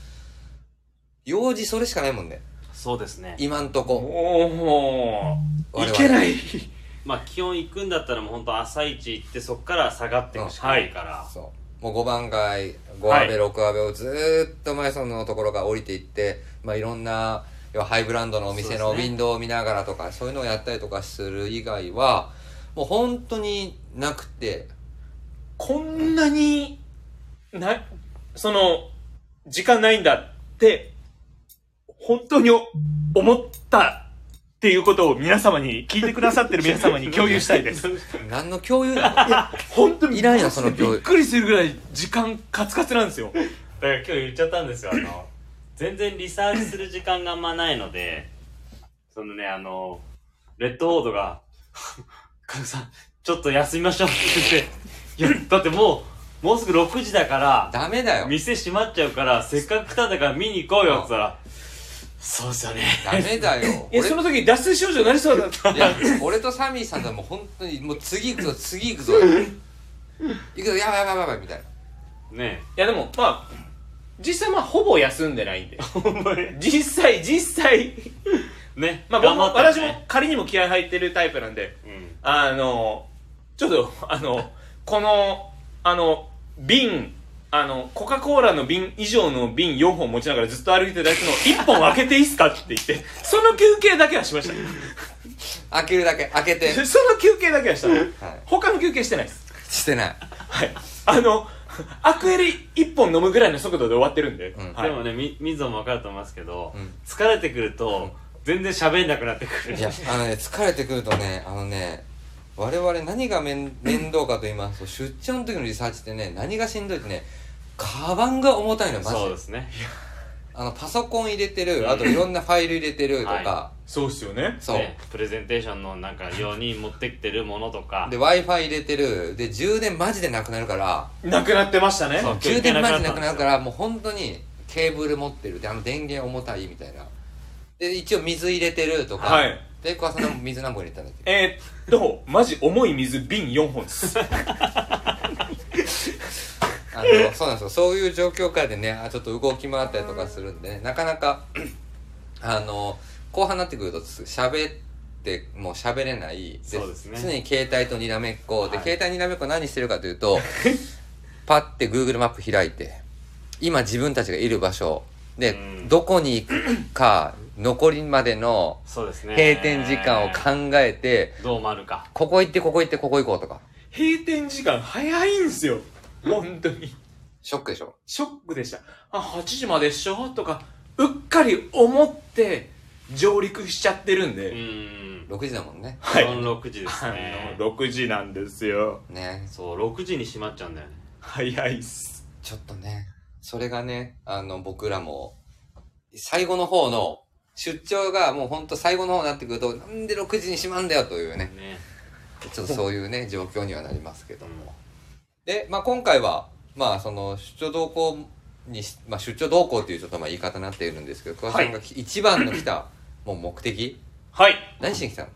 [SPEAKER 2] 用事それしかないもんね。
[SPEAKER 1] そうですね。
[SPEAKER 2] 今んとこ。
[SPEAKER 3] もう、
[SPEAKER 2] 我々
[SPEAKER 3] 行けない。
[SPEAKER 1] まあ、基本行くんだったらもう本当朝一行って、そっから下がっていくしかないから。
[SPEAKER 2] そう。もう5番街、5阿部、
[SPEAKER 1] はい
[SPEAKER 2] 6阿部をずーっと前そのところから降りていって、まあいろんな、要はハイブランドのお店の
[SPEAKER 1] そ
[SPEAKER 2] ウ
[SPEAKER 1] うです
[SPEAKER 2] ィ
[SPEAKER 1] ね
[SPEAKER 2] ンドウを見ながらとか、そういうのをやったりとかする以外は、もう本当になくて、
[SPEAKER 3] こんなに、な、その、時間ないんだって、本当に思ったっていうことを皆様に、聞いてくださってる皆様に共有したいです。
[SPEAKER 2] 何の共有なの
[SPEAKER 3] 本当に。
[SPEAKER 2] いらんやんその
[SPEAKER 3] び
[SPEAKER 2] 教
[SPEAKER 3] っくりするぐらい時間カツカツなんです
[SPEAKER 1] だ
[SPEAKER 3] よ。
[SPEAKER 1] から今日言っちゃったんですよあの全然リサーチする時間があんまないのでそのねあのレッドオードが (laughs) 「かぐさんちょっと休みましょう」って言って「いやだってもうもうすぐ6時だから
[SPEAKER 2] ダメだよ。
[SPEAKER 1] 店閉まっちゃうからせっかく来たんだから見に行こうよ」って言ったら「そうですよね
[SPEAKER 2] ダメだよ。
[SPEAKER 3] え、
[SPEAKER 2] 俺
[SPEAKER 3] その時脱水症状になりそうだった。
[SPEAKER 2] いや、俺とサミーさんとはもう本当に、もう次行くぞ、次行くぞ。行くぞ、やばいやばいやばい、みたいな。」
[SPEAKER 1] ね
[SPEAKER 3] いやでも、まあ、実際まあ、ほぼ休んでないん (laughs) で。
[SPEAKER 1] えお前
[SPEAKER 3] 実際、実際。
[SPEAKER 1] ね
[SPEAKER 3] まあ、僕も、
[SPEAKER 1] 頑張っ
[SPEAKER 3] 私
[SPEAKER 1] た
[SPEAKER 3] も
[SPEAKER 1] ね
[SPEAKER 3] 仮にも気合入ってるタイプなんで、
[SPEAKER 1] うん
[SPEAKER 3] あの、ちょっと、あの、この、あの、瓶、あの、コカ・コーラの瓶以上の瓶4本持ちながらずっと歩いてたやつの1本開けていいっすかって言って、その休憩だけはしました。
[SPEAKER 2] 開けるだけ、開
[SPEAKER 1] (laughs)
[SPEAKER 2] けて。
[SPEAKER 3] その休憩だけはしたの。
[SPEAKER 2] はい
[SPEAKER 3] 他の休憩してないです。
[SPEAKER 2] してない。
[SPEAKER 3] はい。あの、アクエリ1本飲むぐらいの速度で終わってるんで。
[SPEAKER 2] うん
[SPEAKER 3] はい
[SPEAKER 1] でもねみみぞも分かると思いますけど、
[SPEAKER 2] うん
[SPEAKER 1] 疲れてくると、全然喋んなくなってくる
[SPEAKER 2] いや、あのね、疲れてくるとね、あのね、我々何が面面倒かと言いますと、出張の時のリサーチってね、何がしんどいってね、カバンが重たいの、マジ
[SPEAKER 1] そう
[SPEAKER 2] で
[SPEAKER 1] で。すね
[SPEAKER 2] あの、パソコン入れてる、あといろんなファイル入れてるとか
[SPEAKER 1] は、
[SPEAKER 3] そうっすよね。
[SPEAKER 2] そう。
[SPEAKER 1] ね、プレゼンテーションのなんか用に持ってきてるものとか
[SPEAKER 2] で、Wi-Fi 入れてる、で、充電マジでなくなるから、
[SPEAKER 3] なくなってましたね。
[SPEAKER 1] そう
[SPEAKER 2] 充電マジなくなるからもう本当にケーブル持ってるであの電源重たいみたいなで一応水入れてるとか、
[SPEAKER 3] はい
[SPEAKER 2] で桑さんの水何本入れたんだっけ
[SPEAKER 3] えーっと、マジ重い水瓶4
[SPEAKER 1] (laughs)
[SPEAKER 3] 本です。
[SPEAKER 2] あのそうなんですよそういう状況下でねあちょっと動き回ったりとかするんでねなかなか (clears throat) あの後半になってくるとつ喋ってもう喋れない
[SPEAKER 1] そうですね
[SPEAKER 2] 常に携帯とにらめっこで、
[SPEAKER 1] はい
[SPEAKER 2] 携帯にらめっこ何してるかとい
[SPEAKER 1] (laughs)
[SPEAKER 2] うとパッて Google マップ開いて今自分たちがいる場所で、
[SPEAKER 1] うん
[SPEAKER 2] どこに行くか残りまでの
[SPEAKER 1] そうですね
[SPEAKER 2] 閉店時間を考えて、
[SPEAKER 1] どうもあるか
[SPEAKER 2] ここ行ってここ行ってここ行こうとか
[SPEAKER 3] 閉店時間早いんすよ。本当に。
[SPEAKER 2] ショックでしょ
[SPEAKER 3] ショックでした。あ、8時までっしょとか、うっかり思って上陸しちゃってるんで。
[SPEAKER 1] うーん
[SPEAKER 2] 6時だもんね
[SPEAKER 3] はい。
[SPEAKER 1] 基本6時ですね
[SPEAKER 3] あの6時なんですよ。
[SPEAKER 2] ね
[SPEAKER 1] そう6時に閉まっちゃうんだよね
[SPEAKER 3] 早いっす。
[SPEAKER 2] ちょっとねそれがねあの僕らも最後の方の出張がもうほんと最後の方になってくるとなんで6時にしまうんだよというね
[SPEAKER 1] ね
[SPEAKER 2] ちょっとそういうね状況にはなりますけどもで、まあ、今回はまあその出張同行にし、まあ、出張同行っていうちょっとまあ言い方になっているんですけど桑さんがき一番の来た (coughs) もう目的
[SPEAKER 3] はい。
[SPEAKER 2] 何しに来たの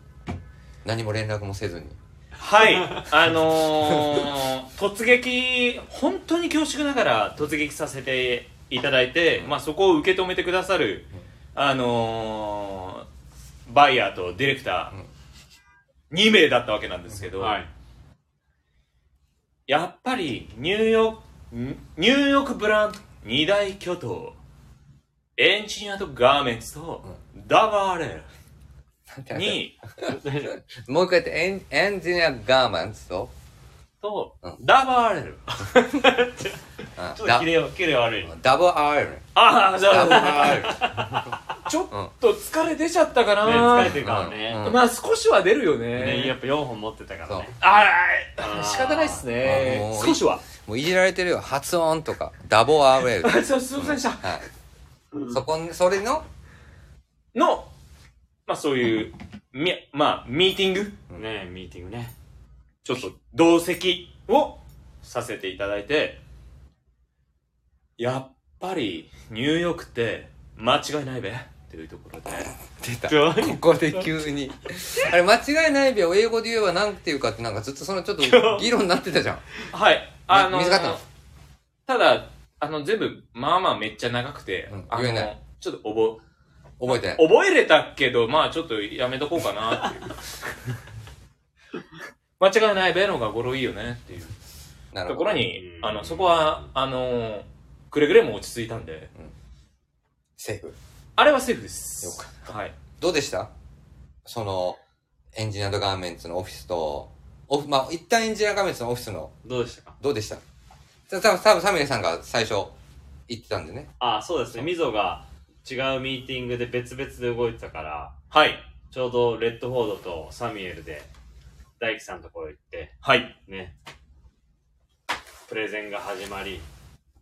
[SPEAKER 2] 何も連絡もせずに
[SPEAKER 3] はい。あのー、突撃、本当に恐縮ながら突撃させていただいて、まあそこを受け止めてくださる、あのー、バイヤーとディレクター、2名だったわけなんですけ
[SPEAKER 2] (laughs)
[SPEAKER 3] ど、
[SPEAKER 1] はい
[SPEAKER 3] やっぱりニューヨーク、んニューヨークブランド二大巨頭。エンジニアとガーメンツとダバーレ
[SPEAKER 2] なんて
[SPEAKER 3] ル
[SPEAKER 2] なんて
[SPEAKER 3] に、
[SPEAKER 2] (laughs) もう一回やって、エンエンジニアガーマンツと、
[SPEAKER 3] と
[SPEAKER 2] うん、
[SPEAKER 3] ダバーレル。
[SPEAKER 2] あ
[SPEAKER 1] ちょっと
[SPEAKER 2] ダ
[SPEAKER 1] キレはキレ悪
[SPEAKER 2] (laughs)
[SPEAKER 1] い
[SPEAKER 2] ダブル R ね。
[SPEAKER 3] ああ、じ
[SPEAKER 2] ダブル
[SPEAKER 3] ゃあ、
[SPEAKER 2] R。
[SPEAKER 3] ちょっと疲れ出ちゃったか
[SPEAKER 1] ね
[SPEAKER 3] な
[SPEAKER 1] 疲れ。てるからね,、
[SPEAKER 2] うん
[SPEAKER 3] まあ少しは出るよ
[SPEAKER 1] ねや
[SPEAKER 3] ね。
[SPEAKER 1] っぱ4本持ってたからね
[SPEAKER 3] あら
[SPEAKER 1] あ、ー
[SPEAKER 3] 仕方ないっす
[SPEAKER 2] あ
[SPEAKER 3] ね
[SPEAKER 2] も。う
[SPEAKER 3] 少しは。
[SPEAKER 2] もういじられてるよ。発音とか。ダボ RL。
[SPEAKER 3] あ (laughs) そうすいませんでした。
[SPEAKER 2] はい。そこに、それの、
[SPEAKER 3] の、まあそういう、み、まあ、ミーティング
[SPEAKER 1] ねミーティングね
[SPEAKER 3] ちょっと同席をさせていただいて、やっぱりニューヨークって間違いないべっていうところで。
[SPEAKER 2] 出た。
[SPEAKER 1] どう
[SPEAKER 2] ここで急に。あれ、間違いないべを英語で言えば何て言うかってなんかずっとそのちょっと議論になってたじゃん。
[SPEAKER 3] はい。あの、
[SPEAKER 2] 見つかったの
[SPEAKER 3] ただ、あの、全部、まあまあめっちゃ長くて、
[SPEAKER 2] うん
[SPEAKER 3] あの
[SPEAKER 2] 言えない
[SPEAKER 3] ちょっと覚
[SPEAKER 2] 覚えてない。
[SPEAKER 3] え、覚えれたけど、まあちょっとやめとこうかなっていう。
[SPEAKER 2] (laughs)
[SPEAKER 3] 間違いないべの方が語呂いいよねっていう
[SPEAKER 2] なる
[SPEAKER 3] と
[SPEAKER 2] ほ
[SPEAKER 3] こ
[SPEAKER 2] ど。
[SPEAKER 3] ろに
[SPEAKER 1] う、ん
[SPEAKER 3] あの、そこは、あの、くれぐれも落ち着いたんで、
[SPEAKER 2] セーフ。
[SPEAKER 3] あれはセーフです。
[SPEAKER 2] よか
[SPEAKER 3] はい。
[SPEAKER 2] どうでしたその、エンジニアとガーメンツのオフィスと、オフ、まあ、一旦エンジニアガーメンツのオフィスの、
[SPEAKER 1] どうでしたか
[SPEAKER 2] どうでしたた多分多分サミレさんが最初言ってたんでね。
[SPEAKER 1] あそうですねみぞが違うミーティングで別々で動いてたから
[SPEAKER 3] はい。
[SPEAKER 1] ちょうどレッドフォードとサミュエルで大樹さんのところ行って
[SPEAKER 3] はい。
[SPEAKER 1] ねプレゼンが始まり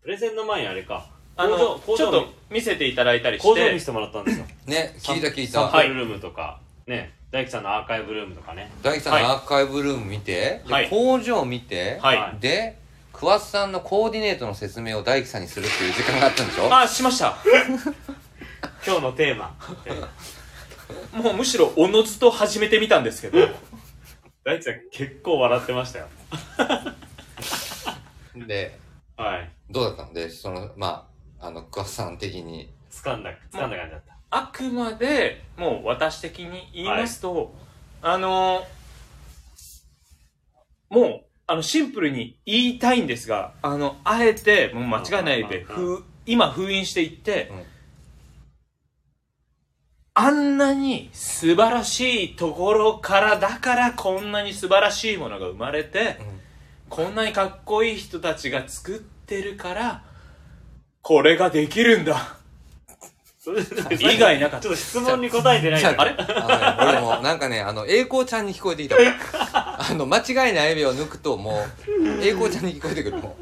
[SPEAKER 1] プレゼンの前にあれか
[SPEAKER 3] あの、
[SPEAKER 1] 工場
[SPEAKER 3] ちょ
[SPEAKER 1] 工場
[SPEAKER 3] っと見せていただいたりし
[SPEAKER 1] 工場見せ
[SPEAKER 3] て、
[SPEAKER 1] てもらったんですよ
[SPEAKER 2] ね、聞いた聞い
[SPEAKER 1] サン
[SPEAKER 2] た。
[SPEAKER 1] プルルームとか、ね大樹さんのアーカイブルームとかね
[SPEAKER 2] 大樹さんのアーカイブルーム見て、で
[SPEAKER 3] はい
[SPEAKER 2] 工場見て、
[SPEAKER 3] はい。
[SPEAKER 1] はい
[SPEAKER 2] で、桑田さんのコーディネートの説明を大樹さんにするっていう時間があったんでしょ
[SPEAKER 3] あ、しました。
[SPEAKER 1] 今日のテーマ
[SPEAKER 3] もうむしろ、おのずと始めてみたんですけど、
[SPEAKER 1] 大樹さん結構笑ってましたよ
[SPEAKER 2] で、
[SPEAKER 1] はい
[SPEAKER 2] どうだったので、その、まあ、あの、桑田さん的に、
[SPEAKER 1] 掴んだ掴んだ感じだった
[SPEAKER 3] あくまで、もう私的に言いますと、あのもう、あの、シンプルに言いたいんですが、あの、あえて、もう間違いないで、
[SPEAKER 1] うんうんうん
[SPEAKER 3] ふう今封印していって、
[SPEAKER 2] うん
[SPEAKER 3] あんなに素晴らしいところから、だからこんなに素晴らしいものが生まれて、こんなにかっこいい人たちが作ってるから、これができるんだ。以外なかっ
[SPEAKER 1] ち
[SPEAKER 3] た
[SPEAKER 1] ょっ。と質問に答えてないから
[SPEAKER 3] あれ
[SPEAKER 2] あのね、俺も、なんかね、あの、栄光ちゃんに聞こえてきたもん (laughs) あの、間違いない目を抜くと、もう、栄光ちゃんに聞こえてくるもん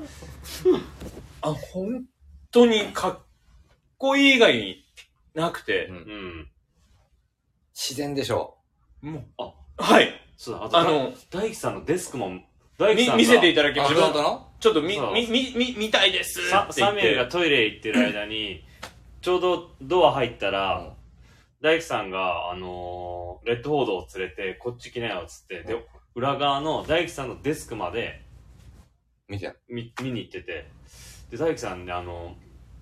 [SPEAKER 3] あ、本当にかっこいい以外になくて、
[SPEAKER 1] うん
[SPEAKER 2] 自然でしょ
[SPEAKER 3] もう、あ、はい、
[SPEAKER 1] そうだあと
[SPEAKER 3] あの、
[SPEAKER 1] 大樹さんのデスクも大
[SPEAKER 3] み
[SPEAKER 1] 樹さんが
[SPEAKER 3] 見せていた
[SPEAKER 2] う。
[SPEAKER 3] だきま
[SPEAKER 2] 自
[SPEAKER 3] し
[SPEAKER 2] 分
[SPEAKER 3] ょう。
[SPEAKER 2] の
[SPEAKER 3] ちょっとみ
[SPEAKER 1] そう、
[SPEAKER 3] み、み、み、見たいですって言っ
[SPEAKER 1] サ
[SPEAKER 3] て。
[SPEAKER 1] サミュエルがトイレ行ってる間にちょうどドア入ったら、
[SPEAKER 2] うん
[SPEAKER 1] 大樹さんが、あのーレッドフォードを連れてこっち来なよっつって、
[SPEAKER 2] う
[SPEAKER 1] で裏側の大樹さんのデスクまで
[SPEAKER 2] 見て。
[SPEAKER 1] 見見に行っててで大樹さんねあの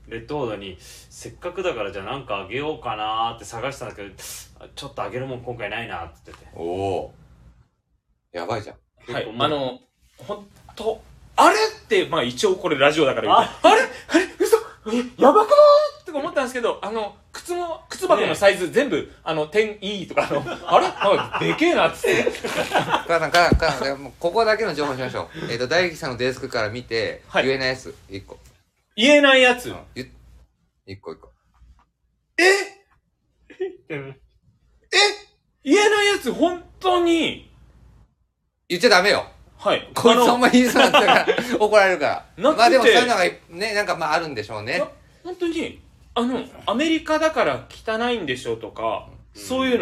[SPEAKER 1] レッドホードにせっかくだからじゃあなんかあげようかなーって探したんだけどあちょっとあげるもん今回ないなーって言ってて
[SPEAKER 2] おおー。やばいじゃん。
[SPEAKER 3] は
[SPEAKER 1] 結構
[SPEAKER 3] い、
[SPEAKER 1] もう
[SPEAKER 3] あの、ほんと、あれって、まあ一応これラジオだから言うとあれあれ嘘えやばくないとか思ったんですけど、あの、靴も、靴箱のサイズ全部、あの、点 E とかあの、 (laughs) あれあでけえなっつって。
[SPEAKER 2] 母さん、母さん、母さん、もうここだけの情報しましょう。えっ、と、大樹さんのデスクから見て、
[SPEAKER 3] はい
[SPEAKER 2] 言えないやつ、一個。
[SPEAKER 3] 言えないやつ。
[SPEAKER 2] ゆ一個一個。
[SPEAKER 3] 言えないやつ、本当に、
[SPEAKER 2] 言っちゃダメよ。
[SPEAKER 3] はい。
[SPEAKER 2] こいつ
[SPEAKER 3] あの
[SPEAKER 2] あんま言いそうになったから、怒られるから。
[SPEAKER 3] なくて
[SPEAKER 2] まあでもそういうのが、ね、なんかまああるんでしょうね
[SPEAKER 3] な。本当にあのアメリカだから汚いんでしょとか、
[SPEAKER 1] うん
[SPEAKER 3] そういう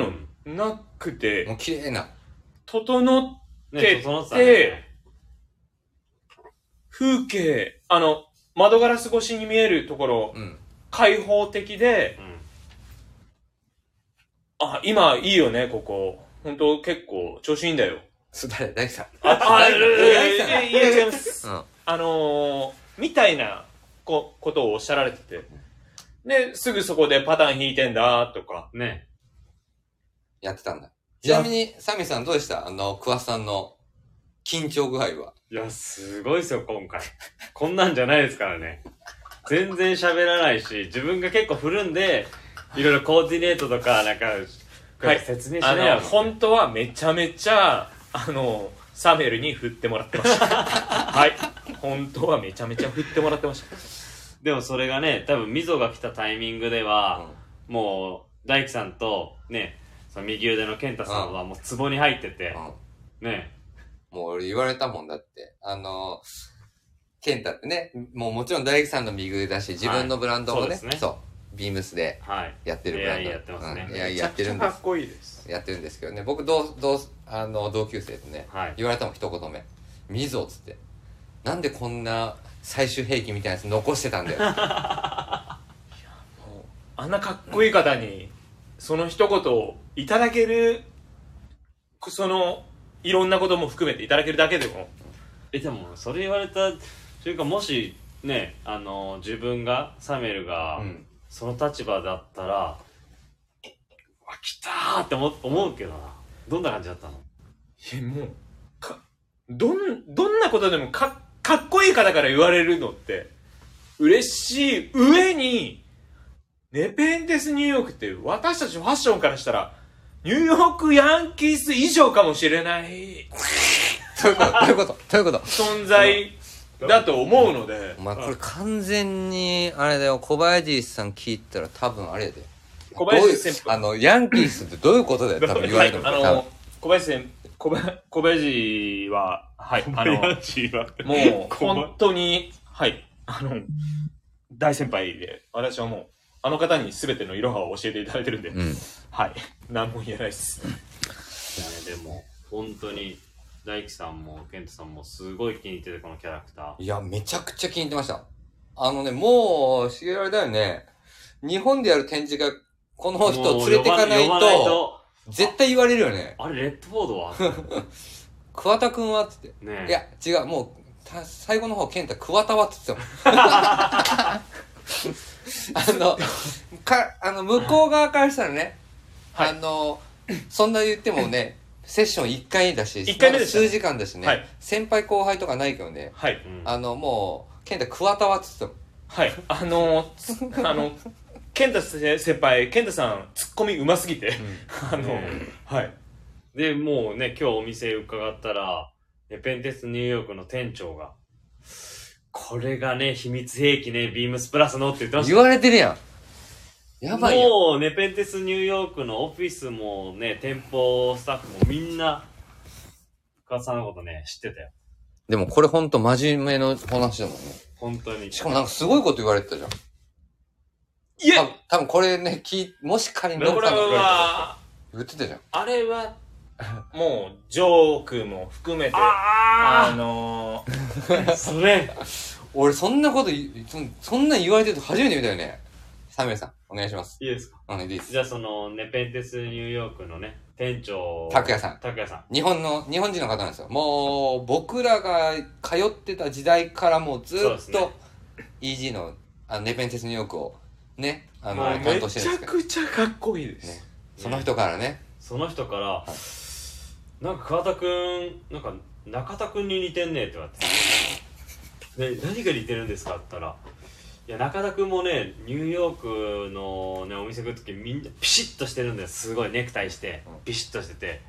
[SPEAKER 3] のなくて、
[SPEAKER 2] もう綺麗な。
[SPEAKER 3] 整っ
[SPEAKER 1] ね
[SPEAKER 3] て
[SPEAKER 1] 整ってた
[SPEAKER 3] て
[SPEAKER 1] ね
[SPEAKER 3] 風景あの窓ガラス越しに見えるところ、
[SPEAKER 2] うん。
[SPEAKER 3] 開放的であ今いいよねここ本当結構調子いいんだよ
[SPEAKER 2] そう、誰大樹さん。
[SPEAKER 3] ああ
[SPEAKER 2] 大
[SPEAKER 3] い
[SPEAKER 2] 樹
[SPEAKER 3] やい
[SPEAKER 2] さん
[SPEAKER 3] やいや違います
[SPEAKER 2] うん。
[SPEAKER 3] あのー、みたいなこことをおっしゃられててですぐそこでパターン弾いてんだとか
[SPEAKER 1] うんね
[SPEAKER 2] やってたんだ。ち
[SPEAKER 3] や
[SPEAKER 2] なみに、サミさんどうでしたあの、桑田さんの緊張具合は。
[SPEAKER 1] いや、すごいですよ、今回。こんなんじゃないですからね。全然喋らないし、自分が結構振るんで、いろいろコーディネートとか、なんか、
[SPEAKER 3] はい
[SPEAKER 1] 説明し
[SPEAKER 3] あ
[SPEAKER 1] な
[SPEAKER 3] の
[SPEAKER 1] よ。
[SPEAKER 3] 本当はめちゃめちゃあのサメルに振ってもらってましたはい本当はめちゃめちゃ振ってもらってました
[SPEAKER 1] でもそれがね、多分、溝が来たタイミングでは、もう、大樹さんと、ね、その右腕の健太さんはもう壺に入ってて
[SPEAKER 2] う、ん
[SPEAKER 1] ね、
[SPEAKER 2] もう俺言われたもんだって。あの、ケンタってね、もうもちろん大樹さんの右腕だし、自分のブランドもね、
[SPEAKER 1] はい
[SPEAKER 2] そ
[SPEAKER 1] そううですね
[SPEAKER 2] ビームスで
[SPEAKER 1] はい。
[SPEAKER 2] やってるブランド。
[SPEAKER 1] エアイーやってますね
[SPEAKER 2] うんエアイーやってるんです。
[SPEAKER 3] こいいです
[SPEAKER 2] やってるんですけどね、僕同、同、あの、同級生とね、
[SPEAKER 1] はい
[SPEAKER 2] 言われたもん一言目。ミゾっつって。なんでこんな最終兵器みたいなやつ残してたんだよ。
[SPEAKER 1] (laughs)
[SPEAKER 3] あんなかっこいい方にその一言をいただけるそのいろんなことも含めていただけるだけでも
[SPEAKER 1] え、でも、それ言われた、というか、もし、ね、あの、自分が、サメルが、
[SPEAKER 2] うん。
[SPEAKER 1] その立場だったら、うわ、来たーって思思うけどな。どんな感じだったの
[SPEAKER 3] えもうかどんどんなことでもかかっこいい方から言われるのって嬉しい上にネペンテスニューヨークって私たちファッションからしたらニューヨークヤンキース以上かもしれない
[SPEAKER 2] ということ、ということ、ということ。
[SPEAKER 3] 存在だと思うので
[SPEAKER 2] お前これ完全に、あれだよ、小林さん聞いたら多分あれだよ。
[SPEAKER 3] 小林先輩
[SPEAKER 2] どういうあの、ヤンキースってどういうことだよ、多分言われても。
[SPEAKER 3] はいあ
[SPEAKER 2] 多分
[SPEAKER 3] の小林先小林小林ははいあのもう、本当に、はい、あの、大先輩で、私はもう、あの方に全てのいろはを教えていただいてるんで、
[SPEAKER 2] うん。
[SPEAKER 3] はい、何も言えないです。
[SPEAKER 1] いやね、でも、本当に、大樹さんも、健太さんも、すごい気に入ってて、このキャラクター。
[SPEAKER 2] いや、めちゃくちゃ気に入ってました。あのね、もう、しげられだよね。日本でやる展示が、この人を連れてかない
[SPEAKER 1] もう呼ば呼ばない
[SPEAKER 2] と、
[SPEAKER 1] と
[SPEAKER 2] 絶対言われるよね。
[SPEAKER 1] あれ、レッドフォードは
[SPEAKER 2] 桑田くんはっつって。
[SPEAKER 1] ね
[SPEAKER 2] いや、違う、もう、た最後の方、健太、桑田はっつってたもん。あの、か、あの、向こう側からしたらね、
[SPEAKER 3] はい
[SPEAKER 2] あの、そんな言ってもね、セッション1回だし、
[SPEAKER 3] 一回目でしたね
[SPEAKER 2] 数時間だしね、
[SPEAKER 3] はい
[SPEAKER 2] 先輩後輩とかないけどね、
[SPEAKER 3] はい、
[SPEAKER 1] うん
[SPEAKER 2] あの、もう、健太、桑田はっつってたもん。
[SPEAKER 3] はい、あの、つあの、健太せ先輩、健太さん、ツッコミうますぎて、 (laughs) あの、
[SPEAKER 1] ね
[SPEAKER 3] はい、
[SPEAKER 1] で、もうね、今日お店伺ったら、ねペンテスニューヨークの店長が、これがね、秘密兵器ね、ビームスプラスのって言ってました
[SPEAKER 2] 言われてるやん。やばいよ。
[SPEAKER 1] もうね、ペンテスニューヨークのオフィスもね、店舗スタッフもみんな、深田さんのことね、知ってたよ。
[SPEAKER 2] でもこれほんと真面目の話だもんね。
[SPEAKER 1] 本当に。
[SPEAKER 2] しかもなんかすごいこと言われてたじゃん。
[SPEAKER 3] いえ
[SPEAKER 2] 多分多分これね、聞いもし仮に
[SPEAKER 3] これ
[SPEAKER 2] かの
[SPEAKER 3] は、
[SPEAKER 2] 言ってたじゃん。
[SPEAKER 3] あれは、もう、ジョークも含めて、あ
[SPEAKER 1] あ
[SPEAKER 3] の、
[SPEAKER 1] あそれ
[SPEAKER 2] 俺そんなこと言う、そんそんなん言われてると初めて見たよね。サミュエルさん、お願いします。
[SPEAKER 1] いいですか
[SPEAKER 2] お願いでいいです。
[SPEAKER 1] じゃあそのね、ペンテスニューヨークのね、店長。
[SPEAKER 2] 拓也さん。
[SPEAKER 1] 拓也さん。
[SPEAKER 2] 日本の、日本人の方なんですよ。もう、僕らが通ってた時代からもうずっ
[SPEAKER 1] そうです
[SPEAKER 2] と、
[SPEAKER 1] ね
[SPEAKER 2] EG の、あの、ネペンテスニューヨークを、ね、あの、
[SPEAKER 1] はい
[SPEAKER 2] 担
[SPEAKER 3] め
[SPEAKER 2] 当して
[SPEAKER 3] ち
[SPEAKER 2] るんで
[SPEAKER 3] ゃ
[SPEAKER 2] すけど、
[SPEAKER 3] くちゃかっこいいです。
[SPEAKER 2] ね、その人からね、
[SPEAKER 1] その人から、なんか桑田くん、なんか中田くんに似てんねって言われて。ね、何が似てるんですかって言ったら、いや、中田くんもね、ニューヨークのね、お店来るときみんなピシッとしてるんです。すごいネクタイして
[SPEAKER 2] うん、
[SPEAKER 1] ピシッとしてて。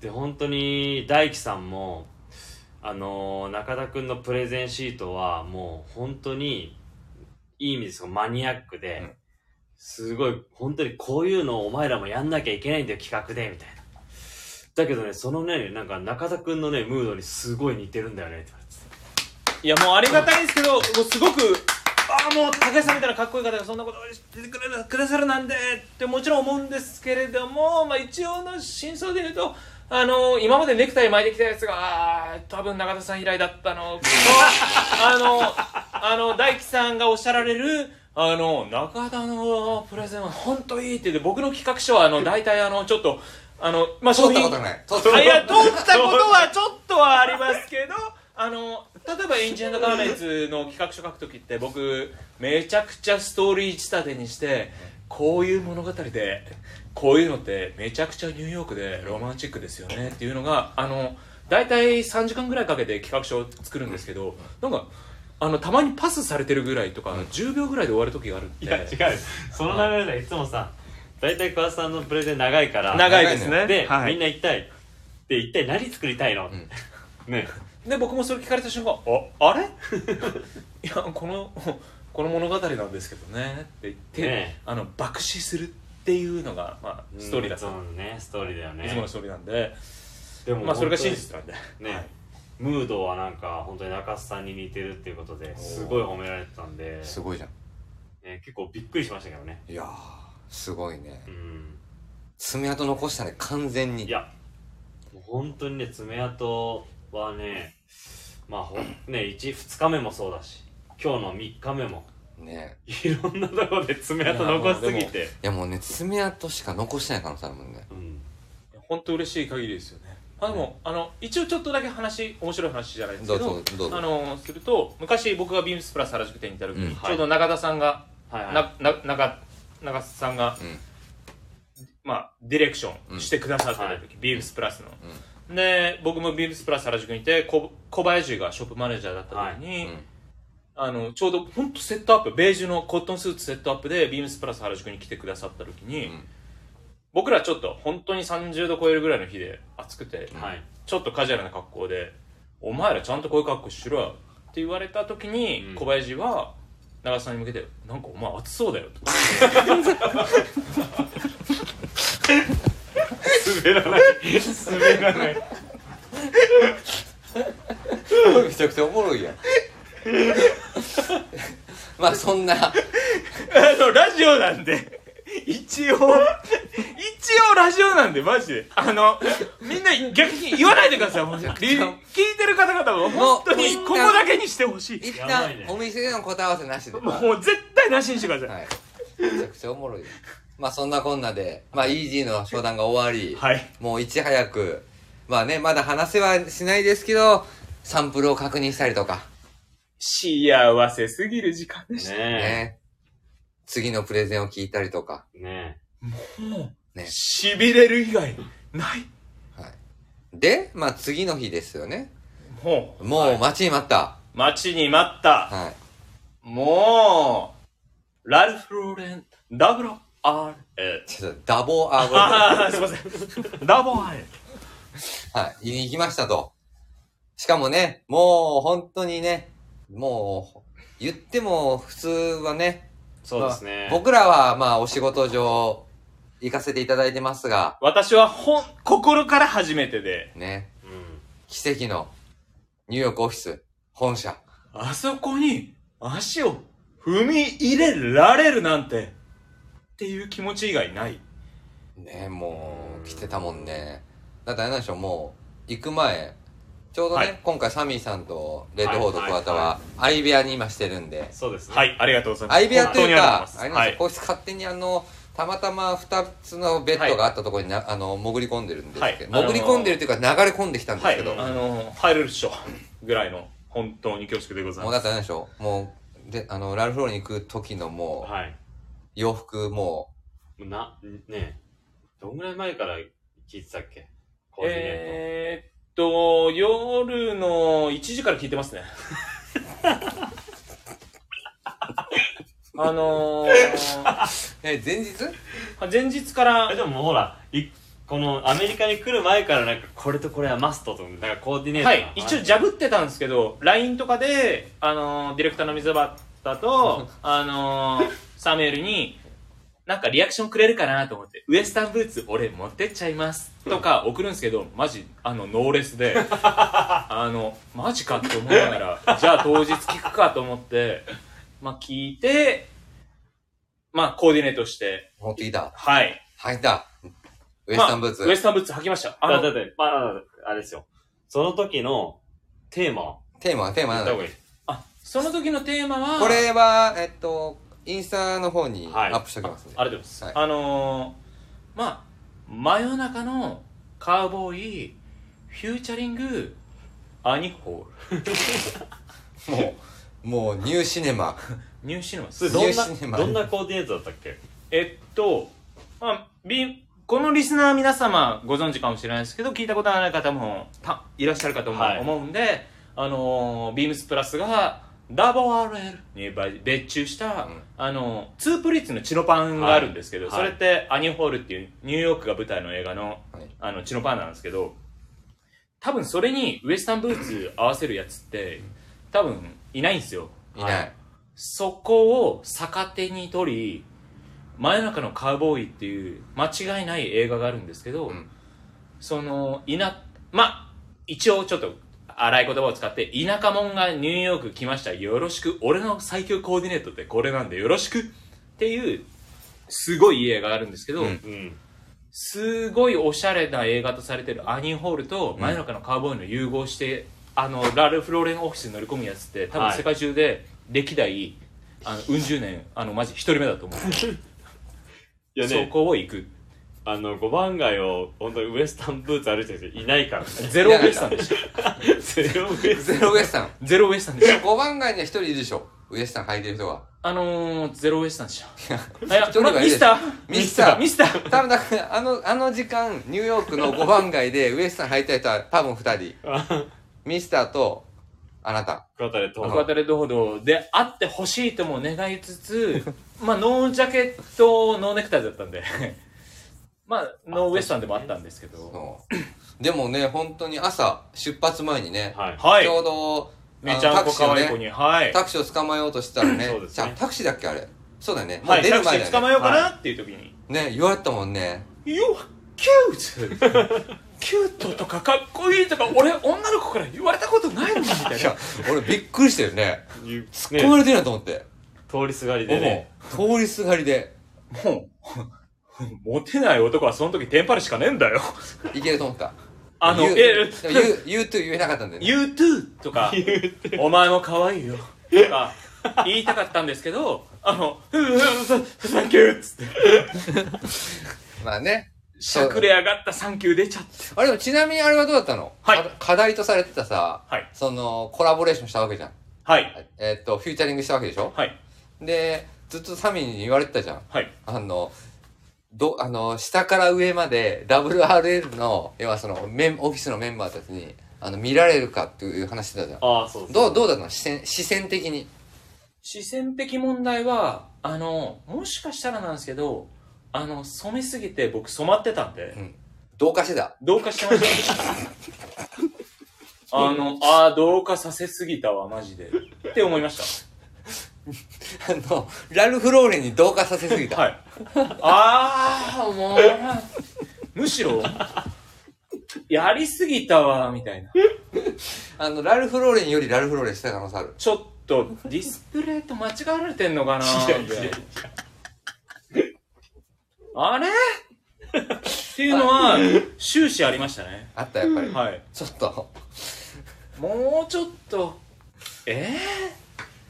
[SPEAKER 1] で、本当に大樹さんも、あのー中田くんのプレゼンシートはもう本当に、いい意味ですよ、マニアックで、
[SPEAKER 2] うん
[SPEAKER 1] すごい、本当にこういうのをお前らもやんなきゃいけないんだよ、企画で、みたいな。だけどね、そのね、なんか中田くんのね、ムードにすごい似てるんだよね、って言われてた
[SPEAKER 3] いやもうありがたいんですけど、もうすごく、ああもう高橋さんみたいなかっこいい方がそんなことをしてくれるくださるなんでってもちろん思うんですけれども、まあ一応の真相で言うと、あの今までネクタイ巻いてきたやつが、あー多分中田さん以来だったのと、あの、あの、大樹さんがおっしゃられる、あの、中田のプレゼンは本当いいって言って、僕の企画書はあの、大体あの、ちょっと、あの、まあ
[SPEAKER 2] 通
[SPEAKER 3] 商
[SPEAKER 2] った
[SPEAKER 3] 品、
[SPEAKER 2] ことない。通ったことない
[SPEAKER 3] いや、取ったことはちょっとはありますけど、あの、例えばエンジェントガーメンツの企画書書くときって、僕、めちゃくちゃストーリー仕立てにして、こういう物語で、こういうのってめちゃくちゃニューヨークでロマンチックですよねっていうのが、あの、大体3時間ぐらいかけて企画書を作るんですけどなんかあのたまにパスされてるぐらいとか、10秒ぐらいで終わる時があるん
[SPEAKER 1] いや違
[SPEAKER 3] で
[SPEAKER 1] うその流れでいつもさ大体桑田さんのプレゼン長いから
[SPEAKER 2] 長い
[SPEAKER 1] で、
[SPEAKER 3] はい
[SPEAKER 1] みんな一体で一体何作りたいの、
[SPEAKER 2] ん
[SPEAKER 1] (laughs) ね
[SPEAKER 3] で僕もそれ聞かれた瞬間「 (laughs) ああれいやこのこの物語なんですけどね」って言って、
[SPEAKER 1] ね
[SPEAKER 3] あの爆死するっていうのが、まあ、ストーリーだ
[SPEAKER 1] そ
[SPEAKER 3] と、
[SPEAKER 1] うねストーリーだよね
[SPEAKER 3] いつものストーリーなんで、
[SPEAKER 1] でも
[SPEAKER 3] まあ、それが真
[SPEAKER 1] 本
[SPEAKER 3] 実なんで
[SPEAKER 1] 当にね、ムードはなんか本当に中須さんに似てるっていうことですごい褒められてたんで、
[SPEAKER 2] すごいじゃん。
[SPEAKER 1] ね、結構びっくりしましたけどね
[SPEAKER 2] いやー、すごいね
[SPEAKER 1] う。ん
[SPEAKER 2] 爪痕残したね、完全に。
[SPEAKER 1] いやもう本当にね爪痕はねまあほんね12日目もそうだし今日の3日目も
[SPEAKER 2] ね
[SPEAKER 1] いろんなところで爪痕残しすぎて
[SPEAKER 2] いやもうね、爪痕しか残してない可能性あるもんね。
[SPEAKER 1] うん
[SPEAKER 3] 本当嬉しい限りですよねあでも、あの一応ちょっとだけ話面白い話じゃないです
[SPEAKER 2] ど
[SPEAKER 3] け
[SPEAKER 2] う
[SPEAKER 3] ど
[SPEAKER 2] ぞ、どうぞ。
[SPEAKER 3] あのすると昔僕がビームスプラス原宿店にいた時に、
[SPEAKER 2] うん
[SPEAKER 3] ちょうど中田さんが、
[SPEAKER 1] はいはい
[SPEAKER 3] なな中中田さんが、
[SPEAKER 2] うん
[SPEAKER 3] まあ、ディレクションしてくださってた
[SPEAKER 1] う
[SPEAKER 3] 時、
[SPEAKER 1] んはい
[SPEAKER 3] ビームスプラスの、で僕もビームスプラス原宿にいてこ小林がショップマネージャーだった時に、
[SPEAKER 2] うん
[SPEAKER 3] あのちょうど本当セットアップベージュのコットンスーツセットアップでビームスプラス原宿に来てくださった時に、
[SPEAKER 2] ん
[SPEAKER 3] 僕らちょっと本当に30度超えるぐらいの日で暑くて、
[SPEAKER 1] はい
[SPEAKER 3] ちょっとカジュアルな格好で「お前らちゃんとこういう格好しろよ」って言われた時に
[SPEAKER 1] うん
[SPEAKER 3] 小林は長瀬さんに向けて「なんかお前暑そうだよ」とか
[SPEAKER 1] 滑らない滑らない
[SPEAKER 2] めちゃくちゃおもろいやん。まあそんな、
[SPEAKER 3] あのラジオなんで一応一応ラジオなんでマジであのみんな逆に言わないでく (laughs) ださいマジで聞いてる方々も本当にここだけにしてほしい
[SPEAKER 2] 一
[SPEAKER 1] やば
[SPEAKER 2] 旦
[SPEAKER 1] いね
[SPEAKER 2] お店での答え合わせなしで。
[SPEAKER 3] もう絶対なしにしてください
[SPEAKER 2] はい。めちゃくちゃおもろいやん。まあそんなこんなで、まあイージーの商談が終わり、
[SPEAKER 3] はい
[SPEAKER 2] もういち早く、まあね、まだ話せはしないですけど、サンプルを確認したりとか、
[SPEAKER 3] 幸せすぎる時間でした
[SPEAKER 1] ね
[SPEAKER 2] ね。次のプレゼンを聞いたりとか、
[SPEAKER 1] えね
[SPEAKER 3] もう
[SPEAKER 2] ね
[SPEAKER 3] しびれる以外ない
[SPEAKER 2] はい。で、まあ次の日ですよね。
[SPEAKER 3] もう
[SPEAKER 2] もう待ちに待った。
[SPEAKER 3] 待ちに待った
[SPEAKER 2] はい。
[SPEAKER 3] もうラルフ・ローレン WRL
[SPEAKER 2] ちょっとダボ
[SPEAKER 1] (laughs)
[SPEAKER 2] アゴ。は
[SPEAKER 3] ああすいませんダボアイ
[SPEAKER 2] い。行きましたと。しかもね、もう本当にね、もう、言っても普通はね、
[SPEAKER 1] そうですね、
[SPEAKER 2] 僕らはまあお仕事上行かせていただいてますが、
[SPEAKER 3] 私はほん心から初めてで
[SPEAKER 2] ね、
[SPEAKER 1] うん
[SPEAKER 2] 奇跡のニューヨークオフィス、本社。
[SPEAKER 3] あそこに足を踏み入れられるなんてっていう気持ち以外ない
[SPEAKER 2] ね、もう来てたもんね。だってあれなんでしょう、もう行く前、ちょうどね、
[SPEAKER 3] はい
[SPEAKER 2] 今回サミーさんとレッドフォード
[SPEAKER 1] はい
[SPEAKER 2] 桑田は相部屋に今してるんで、
[SPEAKER 1] そうですね
[SPEAKER 3] はいありがとうございます
[SPEAKER 2] 相部屋というかあ
[SPEAKER 3] 本、当
[SPEAKER 2] れ
[SPEAKER 3] に
[SPEAKER 2] なん
[SPEAKER 3] あ
[SPEAKER 2] ですよ、
[SPEAKER 3] りがとうございま
[SPEAKER 2] こいつ勝手にあの、たまたま2つのベッドがあったところにな、あの、潜り込んでるんですけど、
[SPEAKER 3] はいあの
[SPEAKER 2] 潜
[SPEAKER 3] ー
[SPEAKER 2] り込んでるというか流れ込んできたんですけ
[SPEAKER 3] す
[SPEAKER 2] ど、
[SPEAKER 3] はい、あの入れるっしょぐらいの本当に恐縮でござい
[SPEAKER 2] もう
[SPEAKER 3] ま
[SPEAKER 2] だっ
[SPEAKER 3] す
[SPEAKER 2] てあれなんでしょう、もう、で、あの、ラルフローに行く時のもう、
[SPEAKER 1] はい
[SPEAKER 2] 洋服も
[SPEAKER 1] なねえどんぐらい前から聞いてたっけコーディネート
[SPEAKER 3] えーっと夜の1時から聞いてます
[SPEAKER 2] (laughs)
[SPEAKER 3] ねあのー、
[SPEAKER 2] う、え、前日
[SPEAKER 3] 前日から
[SPEAKER 1] えでもほらいこのアメリカに来る前からなんかこれとこれはマストとなんかコーディネート
[SPEAKER 3] は
[SPEAKER 1] が
[SPEAKER 3] い、一応ジャブってたんですけど LINE とかで、あのーディレクターの溝端
[SPEAKER 2] (laughs)
[SPEAKER 3] と、あのーサミュエルになんかリアクションくれるかなと思ってウエスタンブーツ俺持ってっちゃいますとか送るんですけどマジあのノーレスで (laughs) あのマジかって思いながらじゃあ当日聞くかと思ってまあ聞いてまあコーディネートして
[SPEAKER 2] 持ってきた。
[SPEAKER 3] はい
[SPEAKER 2] 履いた。ウエスタンブーツ。
[SPEAKER 3] まあウエスタンブーツ履きましたあ
[SPEAKER 1] あだ
[SPEAKER 3] の
[SPEAKER 1] ってまああれですよその時のテーマを
[SPEAKER 2] テーマはテーマ
[SPEAKER 1] 言
[SPEAKER 2] な
[SPEAKER 1] った
[SPEAKER 2] んだ
[SPEAKER 1] 方がいい
[SPEAKER 3] あその時のテーマは
[SPEAKER 2] これは、えっと、インスタの方に
[SPEAKER 1] はい
[SPEAKER 2] アップしておきますね。
[SPEAKER 3] ありがとうございます。
[SPEAKER 2] はい
[SPEAKER 3] あのー、まあ、真夜中のカウボーイ、フューチャリング、アニホー
[SPEAKER 2] もう、もうニューシネマ。
[SPEAKER 3] ル、ニューシネマ
[SPEAKER 1] そ
[SPEAKER 3] ス。
[SPEAKER 1] れ
[SPEAKER 2] ニューシ
[SPEAKER 1] ど
[SPEAKER 2] ネ
[SPEAKER 1] ん
[SPEAKER 2] マ
[SPEAKER 1] などんなコーディネートだったっけ
[SPEAKER 3] えっと、まあ、ビーこのリスナー皆様ご存知かもしれないですけど聞いたことのない方もたいらっしゃるかと思う,、
[SPEAKER 1] はい
[SPEAKER 3] んであのービームスプラスが WRL に別注した、
[SPEAKER 2] ん
[SPEAKER 3] あのーツープリッツのチノパンがあるんですけど、
[SPEAKER 1] はい
[SPEAKER 3] それってアニホールっていうニューヨークが舞台の映画のあのチノパンなんですけど多分それにウエスタンブーツ合わせるやつって多分いないんですよ
[SPEAKER 2] いない。
[SPEAKER 3] そこを逆手に取り「真夜中のカウボーイ」っていう間違いない映画があるんですけど、
[SPEAKER 2] ん
[SPEAKER 3] そのいなまあ一応ちょっと荒い言葉を使って「田舎者がニューヨーク来ましたよろしく俺の最強コーディネートってこれなんでよろしく」っていうすごいいい映画があるんですけど、
[SPEAKER 2] うん
[SPEAKER 1] うん。
[SPEAKER 3] すごいおしゃれな映画とされてるアニーホールと真夜中のカウボーイの融合して、あのラルフ・ローレンオフィスに乗り込むやつって多分
[SPEAKER 1] はい
[SPEAKER 3] 世界中で歴代あのうん十年あのマジ一人目だと思う、
[SPEAKER 1] いや
[SPEAKER 3] そ
[SPEAKER 1] ね、
[SPEAKER 3] こを行く
[SPEAKER 1] あの、5番街を、本当にウエスタンブーツ歩いてる人いないからね。
[SPEAKER 3] ゼロウエスタンでした
[SPEAKER 1] ゼロウエス
[SPEAKER 2] ゼロウエスタン。
[SPEAKER 3] ゼロウエスタンでした
[SPEAKER 2] 5番街には1人いるでしょ。ウエスタン履いてる人は。
[SPEAKER 3] あのー、ゼロウエスタンでしたいや
[SPEAKER 2] 一人がいる
[SPEAKER 3] ミスター
[SPEAKER 2] ミスター
[SPEAKER 3] ミスター
[SPEAKER 2] 多分だから、あの、あの時間、ニューヨークの5番街でウエスタン履いた人は多分2人。ミスターと、あなた。
[SPEAKER 1] こたで
[SPEAKER 3] ア
[SPEAKER 1] 東
[SPEAKER 3] クアタレッドほどであってほしいとも願いつつ (laughs) まあノージャケットノーネクタイだったんで (laughs) まあノーウエスタンでもあったんですけど
[SPEAKER 2] そうでもね、本当に朝、出発前にね、
[SPEAKER 1] はい。
[SPEAKER 3] はい
[SPEAKER 2] ちょうど、
[SPEAKER 3] めちゃんこ可愛い子に、はい。
[SPEAKER 2] タクシーを捕まえようとしたらね、
[SPEAKER 1] そうですね
[SPEAKER 2] じゃあタクシーだっけあれ。そうだよね。も
[SPEAKER 3] は
[SPEAKER 2] う
[SPEAKER 3] い、
[SPEAKER 2] 出
[SPEAKER 3] タ
[SPEAKER 2] る
[SPEAKER 3] クシ
[SPEAKER 2] 前
[SPEAKER 3] ー
[SPEAKER 2] だ
[SPEAKER 3] 捕
[SPEAKER 2] よ
[SPEAKER 3] まえようかなっていう時に、
[SPEAKER 2] ね。ね、言われたもんね。
[SPEAKER 3] You are cute! (laughs) キュートとかかっこいいとか、俺女の子から言われたことないのにみた
[SPEAKER 2] い
[SPEAKER 3] いな
[SPEAKER 2] や。、俺びっくりしたよね。
[SPEAKER 1] ゆね
[SPEAKER 2] 突っ込まれてるなと思って。
[SPEAKER 1] 通りすがりでね。
[SPEAKER 2] おう通りすがりで、
[SPEAKER 3] もう、モテない男はその時テンパるしかねえんだよ。
[SPEAKER 2] いけると思った。
[SPEAKER 3] あの、
[SPEAKER 2] 言う
[SPEAKER 3] え、
[SPEAKER 2] でも言う、言うと言えなかったんだよね。
[SPEAKER 3] You too! とか、お前も可愛いよ。とか、言いたかったんですけど、あの、サンキューっつって、
[SPEAKER 2] まあね。
[SPEAKER 3] しゃくれ上がったサンキュー出ちゃって。
[SPEAKER 2] あれでもちなみにあれはどうだったの、
[SPEAKER 3] はい
[SPEAKER 2] か課題とされてたさ、
[SPEAKER 3] はい
[SPEAKER 2] そのコラボレーションしたわけじゃん。
[SPEAKER 3] はい。
[SPEAKER 2] えーっと、フューチャリングしたわけでしょ
[SPEAKER 3] はい。
[SPEAKER 2] で、ずっとサミーに言われてたじゃん。
[SPEAKER 3] はい。
[SPEAKER 2] あの、ど、あの、下から上まで WRL の、要はそのメン、オフィスのメンバーたちに、あの、見られるかっていう話してたじゃん。
[SPEAKER 1] ああ、そうそう。
[SPEAKER 2] どう、どうだったの視線、視線的に。
[SPEAKER 3] 視線的問題はあのもしかしたらなんですけどあの染めすぎて僕染まってたんで、
[SPEAKER 2] うん同化してた。
[SPEAKER 3] 同化してました (laughs) あのああ同化させすぎたわマジでって思いまし
[SPEAKER 2] あの、ラルフローレンに同化させすぎ
[SPEAKER 3] た
[SPEAKER 2] た。
[SPEAKER 3] はいああもうむしろやりすぎたわみたいな
[SPEAKER 2] あの、ラルフローレンよりラルフローレンした可能性ある。
[SPEAKER 3] ちょっとディスプレイと間違われてんのかなみたいなあれっていうのは終始ありましたね
[SPEAKER 2] あった、やっぱり。
[SPEAKER 3] はい
[SPEAKER 2] ちょっと、
[SPEAKER 3] もうちょっとえ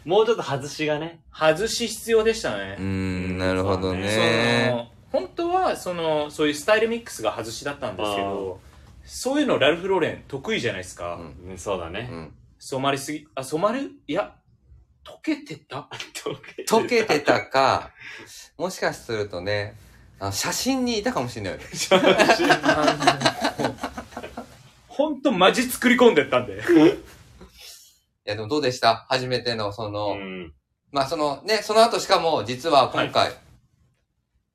[SPEAKER 1] もうちょっと外しがね。
[SPEAKER 3] ー、外し必要でしたね
[SPEAKER 2] うー、ん、なるほど
[SPEAKER 3] そ
[SPEAKER 2] ね。
[SPEAKER 3] の本当はそのそういうスタイルミックスが外しだったんですけどそういうのラルフ・ローレン得意じゃないですか、
[SPEAKER 2] うん
[SPEAKER 1] ねそうだ
[SPEAKER 2] う
[SPEAKER 1] ね。
[SPEAKER 2] ん。
[SPEAKER 3] 染まりすぎあ染まるいや溶けてた
[SPEAKER 1] (laughs)
[SPEAKER 2] 溶けてたか、もしかするとね、あの写真にいたかもしれないよね。
[SPEAKER 3] 本当マジ作り込んでったんで
[SPEAKER 2] いや、でもどうでした初めての、そ
[SPEAKER 1] う
[SPEAKER 2] の、
[SPEAKER 1] ん。
[SPEAKER 2] まあそのね、その後しかも、実は今回、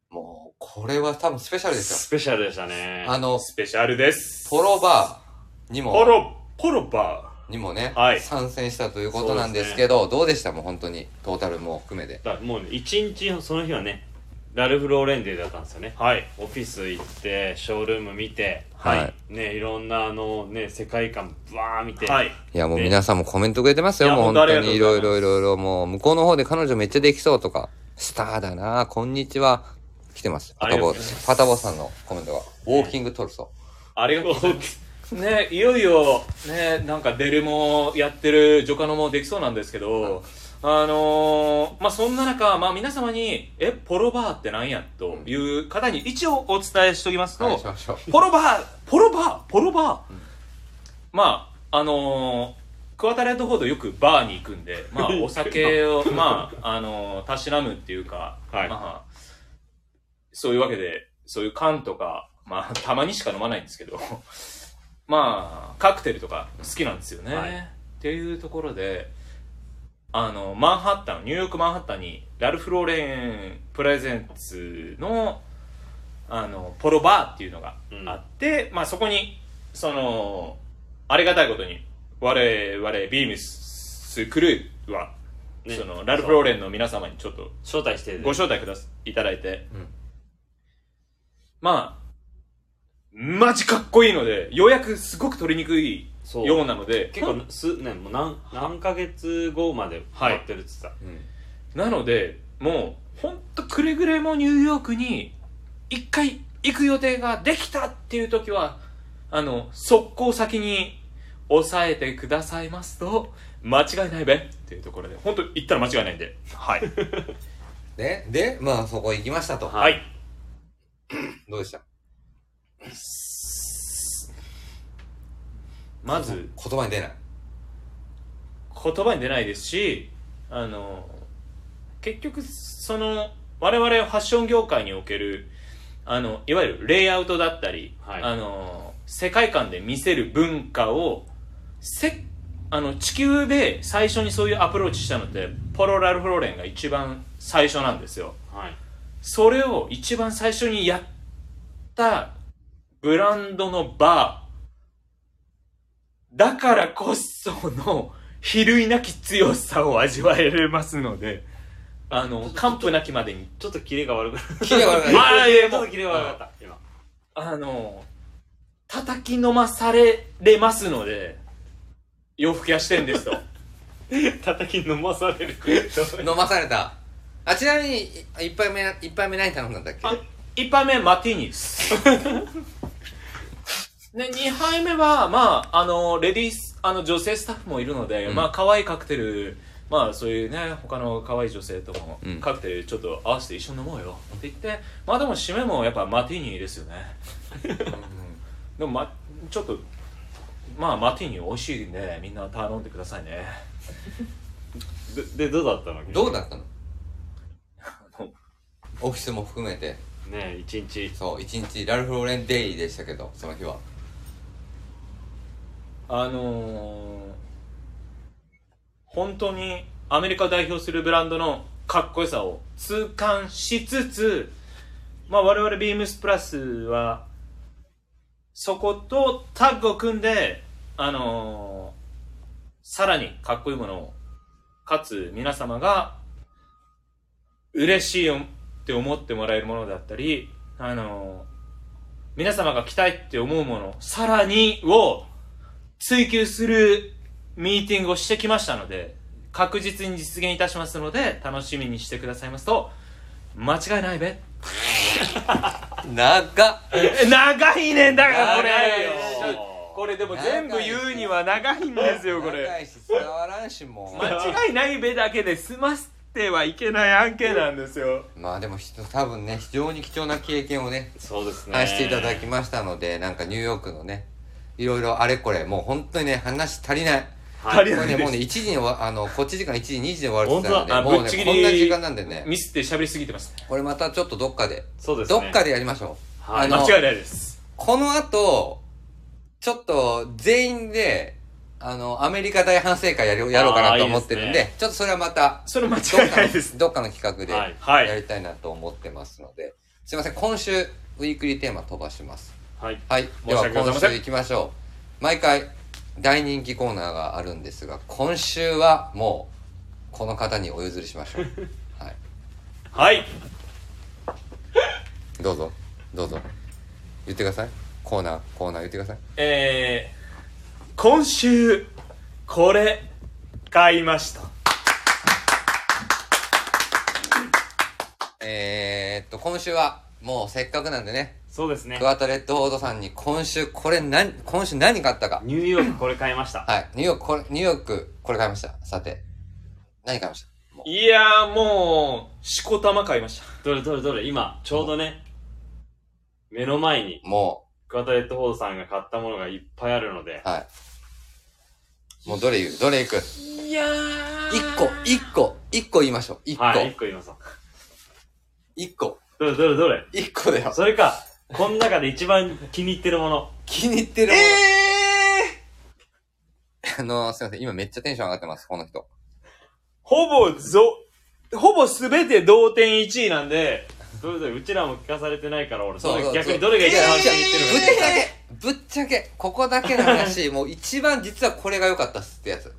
[SPEAKER 2] もう、これは多分スペシャルです
[SPEAKER 1] スペシャルでしたね
[SPEAKER 2] よ。。あの、
[SPEAKER 3] スペシャルです
[SPEAKER 2] ポロバーに
[SPEAKER 3] ポ
[SPEAKER 2] も、
[SPEAKER 3] ロポロバ
[SPEAKER 2] にもね、
[SPEAKER 3] はい
[SPEAKER 2] 参戦したということなんですけど、どうでしたもう本当に、トータルも含めて。
[SPEAKER 1] だもうね一日その日はねラルフ・ローレンデーだったんですよね
[SPEAKER 3] ーはい
[SPEAKER 1] オフィス行ってショールーム見て
[SPEAKER 2] はい
[SPEAKER 1] ねいろんなあのね世界観バーン見て
[SPEAKER 3] はい
[SPEAKER 2] いや、もう
[SPEAKER 1] ね
[SPEAKER 2] 皆さんもコメントくれてますよ。
[SPEAKER 3] いや
[SPEAKER 2] もう本
[SPEAKER 3] 本当あ
[SPEAKER 2] 当
[SPEAKER 3] りがとう
[SPEAKER 2] に
[SPEAKER 3] ござ
[SPEAKER 2] い
[SPEAKER 3] います
[SPEAKER 2] ろいろいろいろ、もう向こうの方で彼女めっちゃできそうとか、スターだなこんにちは。来てます。パ
[SPEAKER 1] あり
[SPEAKER 2] タ
[SPEAKER 1] がとう
[SPEAKER 2] ボ
[SPEAKER 1] ございま、
[SPEAKER 2] パタボさんのコメントが。ウォーキングトルソ
[SPEAKER 3] ありがとうございますねいよいよねなんかデルもやってるジョカノもできそうなんですけどあのー、まあそんな中、まあ、皆様に「えポロバーってなんや?」という方に一応お伝えしておきます
[SPEAKER 2] ー。
[SPEAKER 3] と、
[SPEAKER 2] はい、しましょう。
[SPEAKER 3] ポロバーポロバーポロバー、まああのー、クワタレッドフォードよくバーに行くんで、まあ、お酒をまああのーたしなむっていうか、
[SPEAKER 1] はい
[SPEAKER 3] まあ、そういうわけでそういう缶とか、まあ、たまにしか飲まないんですけど、まあ、カクテルとか好きなんですよね。
[SPEAKER 1] はい
[SPEAKER 3] っていうところで、あの、マンハッタン、ニューヨークマンハッタンに、ラルフ・ローレンプレゼンツの、あの、ポロバーっていうのがあって、まあそこに、その、ありがたいことに、我々、ビームスクルーは、
[SPEAKER 1] ね
[SPEAKER 3] その、ラルフ・ローレンの皆様にちょっと
[SPEAKER 1] 招待して
[SPEAKER 3] ご招待くだすいただいて、
[SPEAKER 1] うん
[SPEAKER 3] まあマジかっこいいのでようやくすごく取りにくい
[SPEAKER 1] そう
[SPEAKER 3] ようなので
[SPEAKER 1] 結構す、ね、もう何何ヶ月後まで
[SPEAKER 3] はい
[SPEAKER 1] 待ってるって言って
[SPEAKER 3] なのでもうほんとくれぐれもニューヨークに一回行く予定ができたっていう時はあの速攻先に押さえてくださいますと間違いないべっていうところで本当行ったら間違いないんではい
[SPEAKER 2] で、で、まあそこ行きましたと。
[SPEAKER 1] た
[SPEAKER 3] はい
[SPEAKER 2] どうでした
[SPEAKER 3] (laughs) まず
[SPEAKER 2] 言葉に出ない。
[SPEAKER 3] 言葉に出ないですしあの結局その我々ファッション業界におけるあのいわゆるレイアウトだったり、
[SPEAKER 1] はい
[SPEAKER 3] あの世界観で見せる文化をせあの地球で最初にそういうアプローチしたのってポロ・ラルフ・ローレンが一番最初なんですよ
[SPEAKER 1] はい
[SPEAKER 3] それを一番最初にやったブランドのバーだからこその比類なき強さを味わえれますので、あの、完膚なきまでに、
[SPEAKER 1] ちょっとキレが悪くなっ
[SPEAKER 2] キレ (laughs) 悪くない。
[SPEAKER 3] ああ、い
[SPEAKER 1] た
[SPEAKER 3] や
[SPEAKER 1] ちょっと
[SPEAKER 3] もう
[SPEAKER 1] キレが悪かった今
[SPEAKER 3] あの、叩き飲まされれますので、洋服屋支店ですと。
[SPEAKER 1] 叩き飲まされ (laughs) る
[SPEAKER 2] 飲まされた。あ、ちなみに、い一杯目、一杯目何頼んだんだっけ
[SPEAKER 3] あ一杯目マティーニ
[SPEAKER 2] (laughs)
[SPEAKER 3] です。で、二杯目は、まあ、あの、レディース、あの、女性スタッフもいるので、
[SPEAKER 2] うん
[SPEAKER 3] まあ、可愛いカクテル、まあ、そういうね、他の可愛い女性とも
[SPEAKER 2] うん、
[SPEAKER 3] カクテルちょっと合わせて一緒に飲もうよって言って、まあ、でも締めもやっぱマティーニですよね。 (laughs) うんでも、ま、ちょっと、まあ、マティーニ美味しいんで、みんな頼んでくださいね。
[SPEAKER 1] でどうだったの
[SPEAKER 2] どうだったの
[SPEAKER 3] の
[SPEAKER 2] オフィスも含めて、
[SPEAKER 1] ね一日
[SPEAKER 2] そう、一日ラルフ・ローレンデイでしたけど、その日は。
[SPEAKER 3] あのー、本当にアメリカを代表するブランドのかっこよさを痛感しつつ、まあ、我々ビームスプラスはそことタッグを組んで、あのーさらにかっこいいものをかつ皆様が嬉しいよって思ってもらえるものだったり、あのー皆様が着たいって思うもの、さらにを追求するミーティングをしてきましたので、確実に実現いたしますので、楽しみにしてくださいますと、間違いないべ。
[SPEAKER 2] 長っ
[SPEAKER 3] え長いねんだからこれ
[SPEAKER 2] 長いよ
[SPEAKER 3] これでも全部言うには長いんですよ、こ
[SPEAKER 2] 長
[SPEAKER 3] れ。
[SPEAKER 2] いし、伝わらんし、もう。
[SPEAKER 3] 間違いないべだけで済ませてはいけない案件なんですよ。
[SPEAKER 2] まあでも人、多分ね、非常に貴重な経験をね、
[SPEAKER 1] そうですね
[SPEAKER 2] 話していただきましたので、なんかニューヨークのね、いろいろあれこれ、もう本当にね、話足りない。
[SPEAKER 3] 足り
[SPEAKER 2] もう
[SPEAKER 3] ない
[SPEAKER 2] ね、も
[SPEAKER 3] で
[SPEAKER 2] うね、
[SPEAKER 3] す。
[SPEAKER 2] 1時に終わ、あの、こっち時間1時、2時で終わるって言っ
[SPEAKER 1] 本当
[SPEAKER 2] てた
[SPEAKER 1] だ
[SPEAKER 2] んで、も
[SPEAKER 3] あ
[SPEAKER 2] う
[SPEAKER 3] ぶっちぎ
[SPEAKER 2] ね、
[SPEAKER 3] り
[SPEAKER 2] こんな時間なんでね、
[SPEAKER 3] ミスって喋りすぎてますね。
[SPEAKER 2] これまたちょっとどっかで、
[SPEAKER 1] そうです
[SPEAKER 2] ど
[SPEAKER 1] ね
[SPEAKER 2] っかでやりましょう。
[SPEAKER 1] はい
[SPEAKER 2] あの
[SPEAKER 3] 間違いないです。
[SPEAKER 2] この後、ちょっと全員で、あの、アメリカ大反省会やりやろうかなと思ってるんで、
[SPEAKER 1] あーいい
[SPEAKER 2] ちょっとそれはま
[SPEAKER 3] (laughs)
[SPEAKER 2] た、
[SPEAKER 3] それ間違
[SPEAKER 2] どっ
[SPEAKER 3] い
[SPEAKER 2] か
[SPEAKER 3] ない
[SPEAKER 2] の
[SPEAKER 3] です。
[SPEAKER 2] どっかの企画で
[SPEAKER 1] はい
[SPEAKER 3] はい
[SPEAKER 2] やりたいなと思ってますので、すいません、今週、ウィークリーテーマ飛ばします。
[SPEAKER 1] はい
[SPEAKER 2] はい、で
[SPEAKER 3] 申
[SPEAKER 2] は
[SPEAKER 3] し訳ござ
[SPEAKER 2] 今
[SPEAKER 3] いません
[SPEAKER 2] 週行きましょう。毎回、大人気コーナーがあるんですが、今週はもう、この方にお譲りしまし
[SPEAKER 3] (laughs)
[SPEAKER 2] ょう。はい。
[SPEAKER 3] (laughs) はい。
[SPEAKER 2] どうぞ、どうぞ。言ってください。コーナー、コーナー言ってください。
[SPEAKER 3] えー、今週、これ、買いました。
[SPEAKER 2] えー、っと、今週は、もうせっかくなんでね、
[SPEAKER 1] そうですね
[SPEAKER 2] 桑田レッドホードさんに今週これ何、今週何買ったか。
[SPEAKER 1] ニューヨークこれ買いました
[SPEAKER 2] はい。ニューヨーク、これ、ニューヨーク、これ買いました。さて、何買いましたもう
[SPEAKER 3] いやーもう、しこたま買いました。
[SPEAKER 1] どれどれどれ今ちょうどね目の前に
[SPEAKER 2] も
[SPEAKER 1] 桑田レッドホードさんが買ったものがいっぱいあるので
[SPEAKER 2] う、はい。もうどれ言うどれ行く
[SPEAKER 3] いやー
[SPEAKER 2] 一個、一個、一個言いましょう。一個、
[SPEAKER 1] はい1個言います
[SPEAKER 2] 一個。
[SPEAKER 1] どれどれどれ
[SPEAKER 2] 一個だよ。
[SPEAKER 1] それか、この中で一番気に入ってるもの。
[SPEAKER 2] 気に入ってるもの。
[SPEAKER 5] え
[SPEAKER 2] あの、すいません。今めっちゃテンション上がってます、この人。
[SPEAKER 5] ほぼぞ、ほぼすべて同点1位なんで、
[SPEAKER 1] どれどれうちらも聞かされてないから、俺、
[SPEAKER 2] そう
[SPEAKER 1] そ
[SPEAKER 2] そう
[SPEAKER 1] れ逆にどれが一番気に入ってる
[SPEAKER 2] ぶっ
[SPEAKER 1] のか。
[SPEAKER 2] ちゃけ、ぶっちゃけ、ここだけの
[SPEAKER 1] (laughs)
[SPEAKER 2] 話、もう一番実はこれが良かったっすってやつ。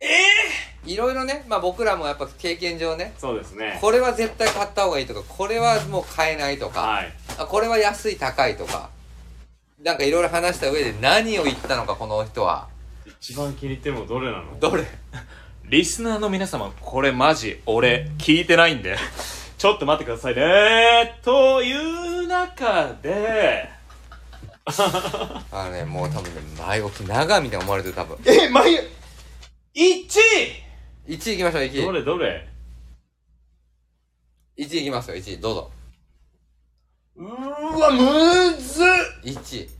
[SPEAKER 5] え
[SPEAKER 2] いろいろね、まあ僕らもやっぱ経験上ね、
[SPEAKER 1] そうですね。
[SPEAKER 2] これは絶対買った方がいいとか、これはもう買えないとか、
[SPEAKER 1] はい。
[SPEAKER 2] あこれは安い高いとか、なんかいろいろ話した上で何を言ったのか、この人は。
[SPEAKER 1] 一番気に入ってるものどれなの
[SPEAKER 2] どれ
[SPEAKER 3] リスナーの皆様、これマジ、俺、聞いてないんで。ちょっと待ってくださいね。という中で、
[SPEAKER 2] あのね、もう多分ね、前置き長みたいに思われてる多分。
[SPEAKER 5] え、まゆ、1位
[SPEAKER 2] 1位いきましょう、1
[SPEAKER 1] ど
[SPEAKER 2] 位。
[SPEAKER 1] れどれ
[SPEAKER 2] 1位いきますよ、1位。どうぞ。
[SPEAKER 5] うーわ、むずっ
[SPEAKER 2] 1位。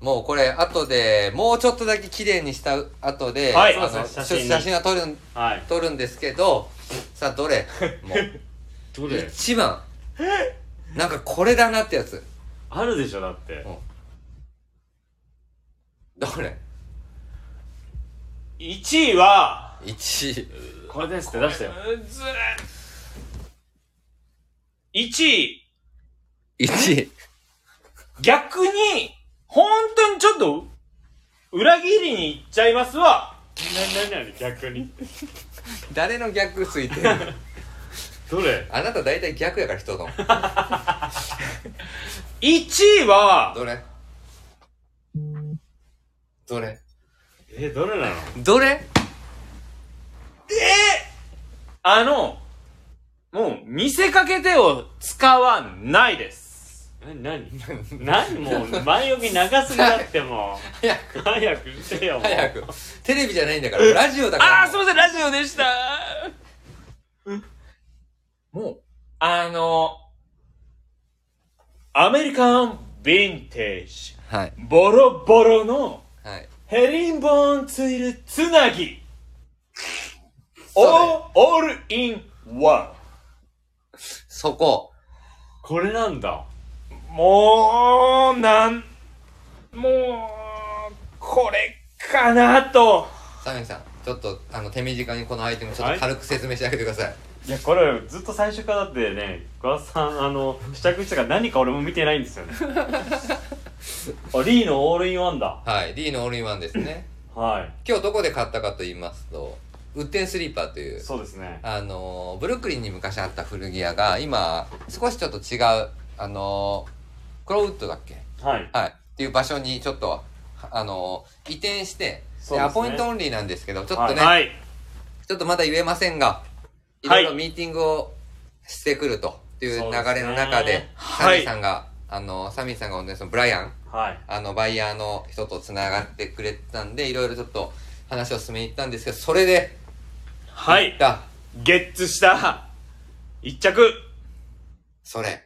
[SPEAKER 2] もうこれ、後で、もうちょっとだけ綺麗にした後で、
[SPEAKER 1] はい
[SPEAKER 2] あの
[SPEAKER 1] そうですね写真
[SPEAKER 2] 写真
[SPEAKER 1] に
[SPEAKER 2] 写真は撮るん、
[SPEAKER 1] はい。
[SPEAKER 2] 撮るんですけど、さあ、
[SPEAKER 1] (laughs)
[SPEAKER 2] どれもう、
[SPEAKER 1] ど
[SPEAKER 2] 1番。なんかこれだなってやつ。
[SPEAKER 1] あるでしょ、だって。
[SPEAKER 2] どれ
[SPEAKER 3] 1位は、
[SPEAKER 2] ?1 位。
[SPEAKER 1] これですって出したよ。
[SPEAKER 3] むず1位、
[SPEAKER 2] 1位。
[SPEAKER 3] 逆に、本当にちょっと、裏切りに行っちゃいますわ。
[SPEAKER 1] な、な、なに逆に。
[SPEAKER 2] 誰の逆ついてる
[SPEAKER 1] どれ
[SPEAKER 2] あなた大体逆やから人の。
[SPEAKER 3] 1位は、
[SPEAKER 2] どれどれ
[SPEAKER 1] え、どれなの
[SPEAKER 2] どれ
[SPEAKER 3] あの、もう、見せかけてを使わないです。
[SPEAKER 1] な
[SPEAKER 3] (laughs)
[SPEAKER 1] になになにもう、前置き長すぎだっても
[SPEAKER 2] 早く
[SPEAKER 3] (laughs)
[SPEAKER 1] う。早くしてよ、もう。
[SPEAKER 2] 早くテレビじゃないんだからラジオだから
[SPEAKER 3] あー、すいません、ラジオでした。もう、あの、アメリカンヴィンテージ、
[SPEAKER 2] はい
[SPEAKER 3] ボロボロの
[SPEAKER 2] はい
[SPEAKER 3] ヘリンボーンツイルつなぎ、
[SPEAKER 2] そうね
[SPEAKER 3] オーオールインワ
[SPEAKER 2] そこ
[SPEAKER 1] これなんだ。
[SPEAKER 3] ン。もう、なん、もう、これかなと。
[SPEAKER 2] サミさんちょっとあの手短にこのアイテムちょっと軽く説明してあげてください、
[SPEAKER 1] いや、これ、ずっと最初からだってね、桑田さん、あの、試着してから何か俺も見てないんですよ
[SPEAKER 3] (laughs)
[SPEAKER 1] ね。あ、リーのオールインワンだ。
[SPEAKER 2] はい、D のオールインワンですね
[SPEAKER 1] は
[SPEAKER 2] 今日どこで買ったかと言いますとウッテンスリーパーとい
[SPEAKER 1] い。
[SPEAKER 2] う
[SPEAKER 1] そうですね。
[SPEAKER 2] あのブルックリンに昔あった古着屋が今少しちょっと違うあのクロウッドだっけ
[SPEAKER 1] はい。
[SPEAKER 2] はい。っていう場所にちょっと、はあのー移転して、
[SPEAKER 1] そ
[SPEAKER 2] で
[SPEAKER 1] うですね
[SPEAKER 2] アポイントオンリーなんですけど、ちょっとね、
[SPEAKER 1] はい。
[SPEAKER 2] ちょっとまだ言えませんが、いろ
[SPEAKER 1] はい
[SPEAKER 2] いろミーティングをしてくるという流
[SPEAKER 1] そうですね
[SPEAKER 2] れの中で、サ
[SPEAKER 3] は
[SPEAKER 2] ミ
[SPEAKER 3] い
[SPEAKER 2] ーさんが、あの、サミーさんが本当にそのブライアン、
[SPEAKER 1] はい。
[SPEAKER 2] あの、バイヤーの人と繋がってくれてたんで、いろいろちょっと話を進めに行ったんですけど、それで、
[SPEAKER 3] は
[SPEAKER 2] 行
[SPEAKER 3] い
[SPEAKER 2] っ。た
[SPEAKER 3] ゲッツした。一着。
[SPEAKER 2] それ。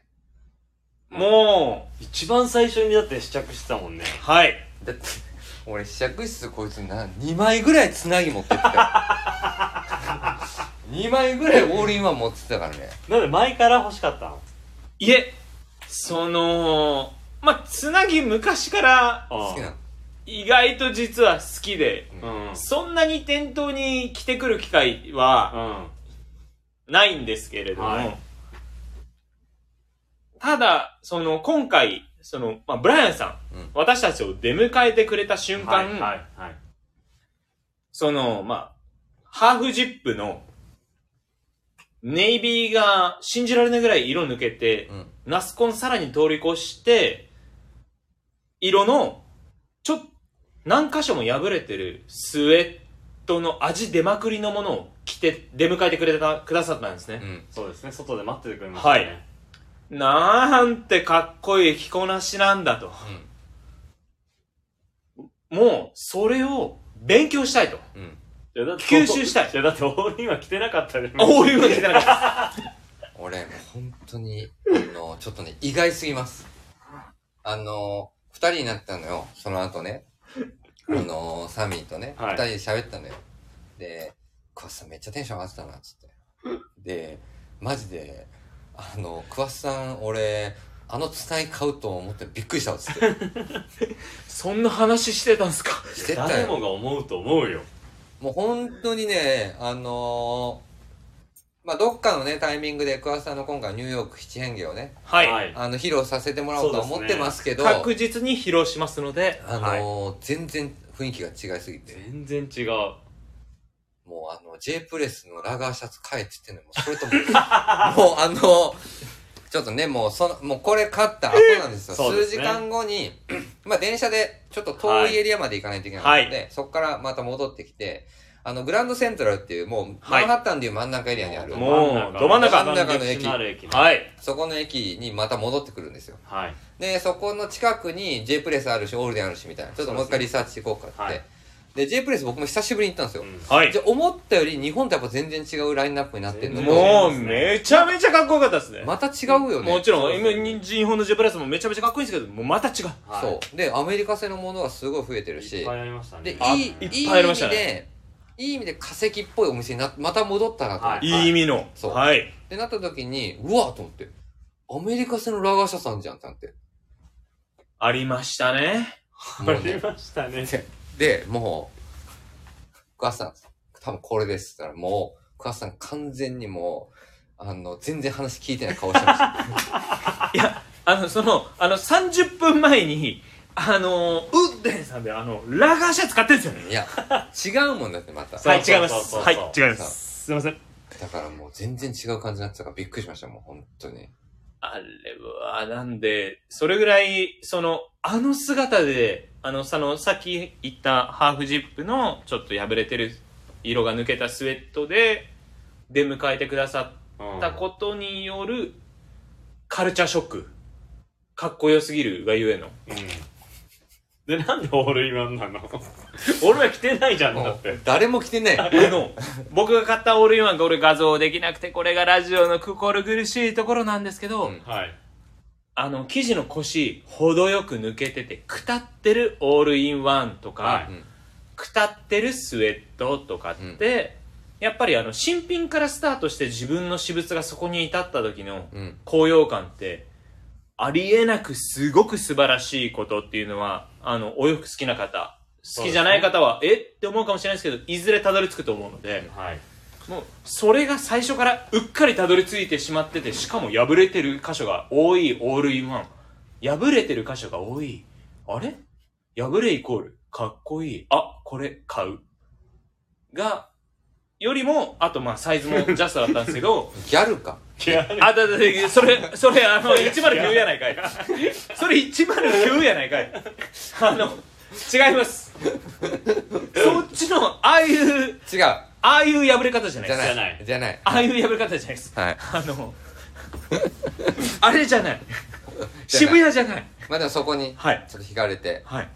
[SPEAKER 3] も
[SPEAKER 1] 一番最初にだって試着してたもんね。
[SPEAKER 3] う、はい。
[SPEAKER 2] だって、俺試着室こいつな、2枚ぐらいつなぎ持ってって
[SPEAKER 1] (laughs)
[SPEAKER 2] たよ。2枚ぐらいオールインワン持ってたからね。
[SPEAKER 1] なんで前から欲しかったの
[SPEAKER 3] いえ、その、まあ、つなぎ昔から
[SPEAKER 2] 好きなの
[SPEAKER 3] 意外と実は好きで、
[SPEAKER 1] うん。うん。
[SPEAKER 3] そんなに店頭に来てくる機会はないんですけれども、
[SPEAKER 1] はい
[SPEAKER 3] ただ、その、今回、その、まあ、ブライアンさん、
[SPEAKER 2] うん
[SPEAKER 3] 私たちを出迎えてくれた瞬
[SPEAKER 1] は
[SPEAKER 3] 間、
[SPEAKER 1] い。はい。はい。
[SPEAKER 3] その、まあ、ハーフジップの、ネイビーが信じられないぐらい色抜けて、
[SPEAKER 2] うん。
[SPEAKER 3] ナスコンさらに通り越して、色の、ちょ、何箇所も破れてるスウェットの味出まくりのものを着て出迎えてくれた、くださったんですね。
[SPEAKER 2] うん。
[SPEAKER 1] そうですね。外で待っててくれましたね。
[SPEAKER 3] はいなんてかっこいい着こなしなんだと。もう、それを勉強したいと。
[SPEAKER 2] うん。
[SPEAKER 1] いやだって
[SPEAKER 3] 吸収したい
[SPEAKER 1] いや、だってオールインは来てなかったで。
[SPEAKER 3] あ、こういうの着てなかった。
[SPEAKER 2] 俺、もう本当に、あの、ちょっとね、意外すぎます。あの、二人になったのよ、その後ね。あの、サミーとね、二、
[SPEAKER 1] はい
[SPEAKER 2] 人で喋ったのよ。で、こうさ、めっちゃテンション上がってたな、つって。で、マジで、あの桑田さん俺あのつない買うと思ってびっくりしたっ
[SPEAKER 1] (laughs)
[SPEAKER 2] つって
[SPEAKER 3] (laughs) そんな話してたんすか
[SPEAKER 2] してた
[SPEAKER 1] 誰
[SPEAKER 2] よ
[SPEAKER 1] もが思うと思うよ
[SPEAKER 2] もう本当にねあのーまあどっかのねタイミングで桑田さんの今回ニューヨーク七変化をね
[SPEAKER 3] はい、
[SPEAKER 1] はい
[SPEAKER 2] あの披露させてもらおうとは思ってますけど
[SPEAKER 3] 確実に披露しますので
[SPEAKER 2] あのー全然雰囲気が違いすぎて
[SPEAKER 1] 全然違う
[SPEAKER 2] もうあの J プレスのラガーシャツ買えって言ってんのにもうそれとももうあのちょっとねもうそのもうこれ買った後なんですよ
[SPEAKER 1] そうで
[SPEAKER 2] 数
[SPEAKER 1] す
[SPEAKER 2] 時
[SPEAKER 1] ね
[SPEAKER 2] 間後に (clears throat) まあ電車でちょっと遠いエリアまで行かないといけなかったので、そこからまた戻ってきてあのグランドセントラルっていうもうマ
[SPEAKER 3] はい
[SPEAKER 2] ンハッタンでいう真ん中エリアにある、
[SPEAKER 3] もうど真ん中
[SPEAKER 2] 真ん中の駅
[SPEAKER 1] ある駅ね
[SPEAKER 3] はい
[SPEAKER 2] そこの駅にまた戻ってくるんですよ
[SPEAKER 1] はい
[SPEAKER 2] でそこの近くに J プレスあるしオールデンあるしみたいなちょっともう一回リサーチしていこうかって、
[SPEAKER 1] はい
[SPEAKER 2] で J プレス僕も久しぶりに行ったんですよ、
[SPEAKER 1] うん
[SPEAKER 3] はい
[SPEAKER 2] じゃあ思ったより日本とやっぱ全然違うラインナップになってるのと
[SPEAKER 3] もうめちゃめちゃかっこよかったですね
[SPEAKER 2] また違うよね
[SPEAKER 3] もちろん
[SPEAKER 1] そうです
[SPEAKER 3] 今日本のジェプラスもめちゃめちゃかっこいいんですけどもうまた違う
[SPEAKER 1] はい
[SPEAKER 2] そうでアメリカ製のものがすごい増えてる
[SPEAKER 1] いっ
[SPEAKER 2] し
[SPEAKER 1] ぱいありました
[SPEAKER 2] でい
[SPEAKER 1] ね
[SPEAKER 2] い
[SPEAKER 3] あいっぱ
[SPEAKER 2] いい
[SPEAKER 3] い
[SPEAKER 2] 意
[SPEAKER 3] ありま
[SPEAKER 2] 味
[SPEAKER 3] したね
[SPEAKER 2] でいい意味で化石っぽいお店になまた戻ったなと、、
[SPEAKER 1] はいい
[SPEAKER 2] っ
[SPEAKER 3] いい意味の
[SPEAKER 2] そう
[SPEAKER 3] はい
[SPEAKER 2] てなった時にうわっと思ってアメリカ製のラガーシャさんじゃんってなって
[SPEAKER 3] ありましたね
[SPEAKER 2] も
[SPEAKER 1] あ
[SPEAKER 2] う
[SPEAKER 1] り
[SPEAKER 2] ね
[SPEAKER 1] ましたね
[SPEAKER 2] でもう桑田さん多分これですって言ったらもう桑田さん完全にもうあの全然話聞いてない顔してました
[SPEAKER 3] あのそのあの30分前にあのウッデンさんであのラガーシャツ買ってるんですよね
[SPEAKER 2] いや違うもんだってまた
[SPEAKER 3] はい
[SPEAKER 1] そう
[SPEAKER 3] 違います
[SPEAKER 1] そうそうそう
[SPEAKER 3] はい違いますすいません
[SPEAKER 2] だからもう全然違う感じになってたからびっくりしました、もう本当に。
[SPEAKER 3] あれは、なんで、それぐらい、その、あの姿で、あの、その、さっき言ったハーフジップの、ちょっと破れてる、色が抜けたスウェットで、出迎えてくださ
[SPEAKER 1] うん
[SPEAKER 3] ったことによる、カルチャーショック。かっこよすぎるがゆ
[SPEAKER 1] (laughs)
[SPEAKER 3] えの。
[SPEAKER 1] うんでなんでオールインワンなの俺は着てないじゃんだって
[SPEAKER 2] 誰も来てね
[SPEAKER 3] あの、僕が買ったオールインワンが俺画像できなくて、これがラジオの心苦しいところなんですけど、
[SPEAKER 2] うん
[SPEAKER 1] はい
[SPEAKER 3] あの、生地の腰、程よく抜けてて、くたってるオールインワンとか、
[SPEAKER 1] はい
[SPEAKER 3] くたってるスウェットとかって、やっぱりあの新品からスタートして自分の私物がそこに至った時の
[SPEAKER 2] え。うん。
[SPEAKER 3] 高揚感ってありえなくすごく素晴らしいことっていうのはあのお洋服好きな方好きじゃない方は、えって思うかもしれないですけどいずれたどり着くと思うので、
[SPEAKER 1] はい
[SPEAKER 3] もうそれが最初からうっかりたどり着いてしまっててしかも破れてる箇所が多いオールインワン破れてる箇所が多いあれ破れイコールかっこいいあこれ買うがよりもあとまあサイズもジャストだったんですけ
[SPEAKER 2] (laughs)
[SPEAKER 3] ど
[SPEAKER 2] ギャルか。
[SPEAKER 3] あだだだそれそれあの109やないかいそれ109やないかいあの違いますそっちのああいう
[SPEAKER 2] 違う。じゃ
[SPEAKER 3] ああいう破れ方じゃないです
[SPEAKER 2] ない。
[SPEAKER 1] じゃない
[SPEAKER 2] じゃない。
[SPEAKER 3] ああいう破り方じゃないです。
[SPEAKER 2] はい。
[SPEAKER 3] あの、あれじゃない。渋谷じゃない。
[SPEAKER 2] まあでもそこに、
[SPEAKER 3] はい。
[SPEAKER 2] ちょっと惹かれて。
[SPEAKER 3] はい。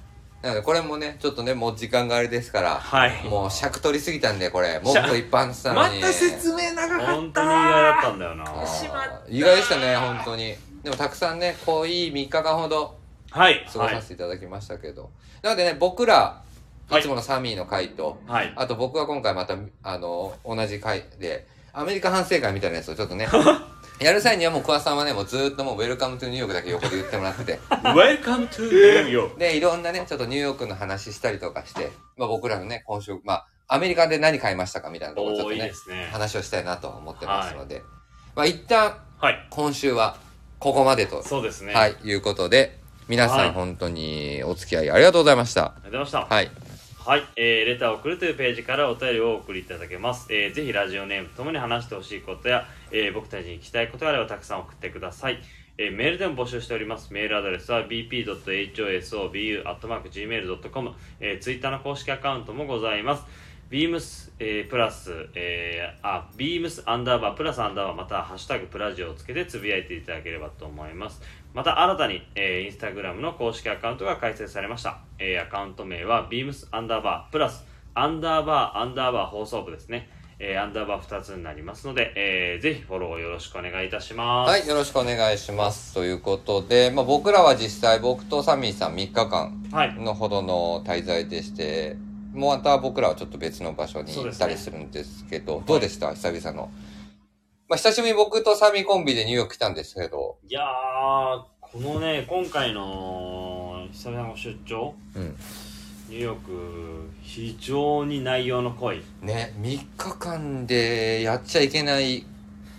[SPEAKER 2] なのでこれもね、ちょっとね、もう時間があれですから。
[SPEAKER 3] はい
[SPEAKER 2] もう尺取りすぎたんで、これ。もっといっぱい話した
[SPEAKER 3] ま
[SPEAKER 2] のに。
[SPEAKER 3] た説明長か
[SPEAKER 1] 本
[SPEAKER 3] っ
[SPEAKER 1] 当
[SPEAKER 3] た
[SPEAKER 1] に意外だったんだよな
[SPEAKER 2] あー
[SPEAKER 3] しまった
[SPEAKER 2] 意外でしたね、本当に。でもたくさんね、濃い3日間ほど
[SPEAKER 3] はい。
[SPEAKER 2] 過ごさせていただきましたけど。なのでね、僕ら、いつものサミーの回と、
[SPEAKER 1] はい
[SPEAKER 2] あと僕は今回また、あの、同じ回で、アメリカ反省会みたいなやつをちょっ
[SPEAKER 1] (laughs)
[SPEAKER 2] とね、やる際にはもう桑さんはね、もうずーっともうウェルカムトゥニューヨークだけ横で言ってもらってて、
[SPEAKER 3] Welcome to New York.
[SPEAKER 2] で、いろんなね、ちょっとニューヨークの話したりとかして、まあ僕らのね、今週、まあ、アメリカで何買いましたかみたいなところをちょっ
[SPEAKER 1] お
[SPEAKER 2] と
[SPEAKER 1] ーいい
[SPEAKER 2] ね
[SPEAKER 1] で、すね
[SPEAKER 2] 話をしたいなと思ってますので、まあ一旦、
[SPEAKER 3] はい。
[SPEAKER 2] 今週はここまでと、
[SPEAKER 1] そうですね
[SPEAKER 2] は
[SPEAKER 1] あり
[SPEAKER 2] い、いうことで、皆さ
[SPEAKER 1] は
[SPEAKER 2] ん
[SPEAKER 1] い
[SPEAKER 2] 本当にお付き合いありがとうございました。
[SPEAKER 1] がとうございました
[SPEAKER 2] はい。
[SPEAKER 1] はい、えー、レターを送るというページからお便りをお送りいただけます、えー、ぜひラジオネームともに話してほしいことや、えー僕たちに聞きたいことがあればたくさん送ってください、えーメールでも募集しておりますメールアドレスは bp.hosobu.gmail.com、えー、ツイッターの公式アカウントもございますビームス、えープラス、えーあ、ビームスアンダーバー、プラスアンダーバー、またはハッシュタグプラジオをつけてつぶやいていただければと思います。また新たに、えーインスタグラムの公式アカウントが開設されました。えーアカウント名はビームスアンダーバー、プラス、アンダーバー、アンダーバー放送部ですね。えーアンダーバー2つになりますので、えーぜひフォローよろしくお願いいたします。
[SPEAKER 2] はい、よろしくお願いします。ということで、まあ、僕らは実際、僕とサミーさん3日間
[SPEAKER 1] はい。
[SPEAKER 2] のほどの滞在でして、もうまた僕らはちょっと別の場所に
[SPEAKER 1] そうで
[SPEAKER 2] 行っ
[SPEAKER 1] すね
[SPEAKER 2] たりするんですけど、どうでした、久々のまあ、久しぶりに僕とサミコンビでニューヨーク来たんですけど、
[SPEAKER 1] いやー、このね、今回の久々の出張、
[SPEAKER 2] うん。
[SPEAKER 1] ニューヨーク、非常に内容の濃い
[SPEAKER 2] ね、3日間でやっちゃいけない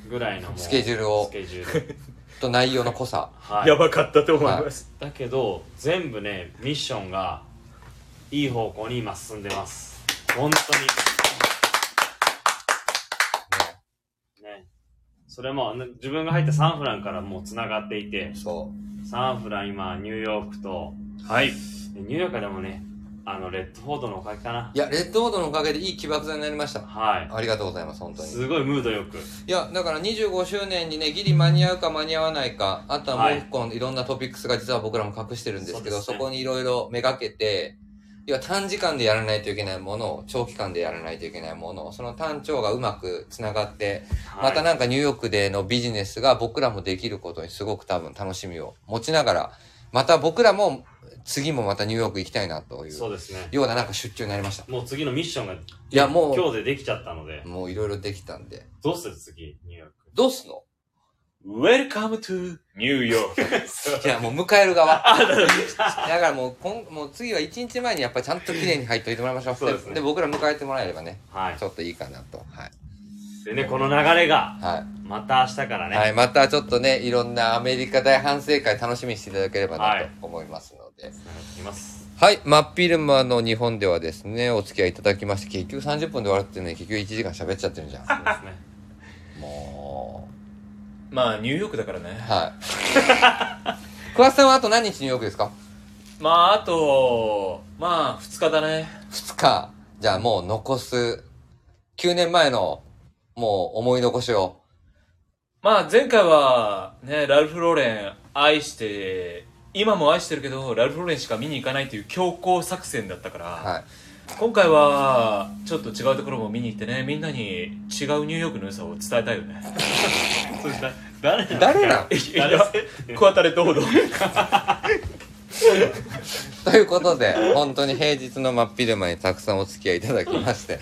[SPEAKER 1] ぐらいのもう
[SPEAKER 2] スケジュールを
[SPEAKER 1] スケジュール。
[SPEAKER 2] と内容の濃さ。
[SPEAKER 1] はい。
[SPEAKER 3] やばかったと思います。
[SPEAKER 1] だけど、全部ね、ミッションがいい方向に今進んでます。本当に。ね。それも、ね自分が入ったサンフランからもう繋がっていて
[SPEAKER 2] ね、、そう。
[SPEAKER 1] サンフラン今、ニューヨークと、
[SPEAKER 3] はい。
[SPEAKER 1] でニューヨークはでもね、あの、レッドフォードのおかげかな。
[SPEAKER 2] いや、レッドボードのおかげでいい起爆剤になりました。
[SPEAKER 1] は
[SPEAKER 2] ありがとうございます、本
[SPEAKER 1] い。
[SPEAKER 2] 当に。
[SPEAKER 1] すごいムードよく。
[SPEAKER 2] いや、だから25周年にね、ギリ間に合うか間に合わないか、あとはもう一個、いろんなトピックスが実は僕らも隠してるんですけ
[SPEAKER 1] そ
[SPEAKER 2] ど、
[SPEAKER 1] うです
[SPEAKER 2] そ
[SPEAKER 1] ね
[SPEAKER 2] こにいろいろめがけて、要は短時間でやらないといけないものを、長期間でやらないといけないものを、その短調がうまくつながって、また
[SPEAKER 1] はい
[SPEAKER 2] なんかニューヨークでのビジネスが僕らもできることにすごく多分楽しみを持ちながら、また僕らも次もまたニューヨーク行きたいなとい
[SPEAKER 1] そう
[SPEAKER 2] う
[SPEAKER 1] ですね。
[SPEAKER 2] ようななんか出張になりました。
[SPEAKER 1] もう次のミッションが、
[SPEAKER 2] いや、も
[SPEAKER 1] 今日でできちゃったので
[SPEAKER 2] う、、もういろいろできたんで。
[SPEAKER 1] どうする次、ニューヨーク。
[SPEAKER 2] どうすんの
[SPEAKER 3] Welcome to New York.
[SPEAKER 2] いや、もう迎える
[SPEAKER 1] (laughs)
[SPEAKER 2] 側。だからもう、こんもう次は一日前にやっぱりちゃんと綺麗に入っといてもらいましょう。
[SPEAKER 1] そうですね
[SPEAKER 2] で、僕ら迎えてもらえればね、
[SPEAKER 1] はい
[SPEAKER 2] ち。ょっといいかなと。はい。
[SPEAKER 1] でね、この流れが、
[SPEAKER 2] は
[SPEAKER 1] また明日から
[SPEAKER 2] い。
[SPEAKER 1] ね、
[SPEAKER 2] はい。またちょっとね、いろんなアメリカ大反省会楽しみにしていただければ
[SPEAKER 1] は
[SPEAKER 2] ないと思いますの
[SPEAKER 1] 繋が
[SPEAKER 2] で。
[SPEAKER 1] っています。
[SPEAKER 2] はい。真っ昼間の日本ではですね、お付き合いいただきまして、結局30分で終わるっていうのに結局1時間喋っちゃってるじゃ
[SPEAKER 1] そうですね。
[SPEAKER 2] ん。も
[SPEAKER 3] まあ、ニューヨークだから
[SPEAKER 2] う。
[SPEAKER 3] ね。
[SPEAKER 1] (laughs)
[SPEAKER 2] はい。桑田さんはあと何日ニューヨークですか
[SPEAKER 3] まあ、あと、まあ、2日だね。
[SPEAKER 2] 2日、じゃあもう残す、9年前の、もう思い残しを。
[SPEAKER 3] まあ、前回は、ね、ラルフ・ローレン愛して、今も愛してるけど、ラルフ・ローレンしか見に行かないという強行作戦だったから、
[SPEAKER 2] はい。
[SPEAKER 3] 今回は、ちょっと違うところも見に行ってね、みんなに違うニューヨークの良さを伝えたいよね。
[SPEAKER 1] それだ誰なの
[SPEAKER 2] 誰なん
[SPEAKER 3] いや、桑田レッドホー (laughs) ド。
[SPEAKER 2] ということで、本当に平日の真っ昼間にたくさんお付き合いいただきまして、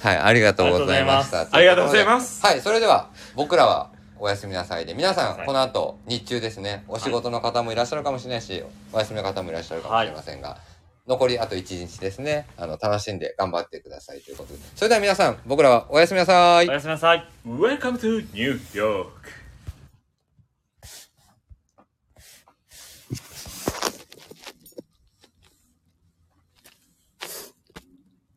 [SPEAKER 2] はい、ありがとうございました。
[SPEAKER 3] ありがとうございます
[SPEAKER 2] ということではい、それでは、僕らは、おやすみなさいで、皆さ
[SPEAKER 1] は
[SPEAKER 2] ん、
[SPEAKER 1] い
[SPEAKER 2] この後、日中ですね、お仕事の方もいらっしゃるかもしれないし、お休みの方もいらっしゃるかもしれませんが、残りあと1日ですね、あの、楽しんで頑張ってくださいということで、それでは皆さん、僕らはおやすみなさい
[SPEAKER 1] お。やすみなさい。
[SPEAKER 3] Welcome to New York.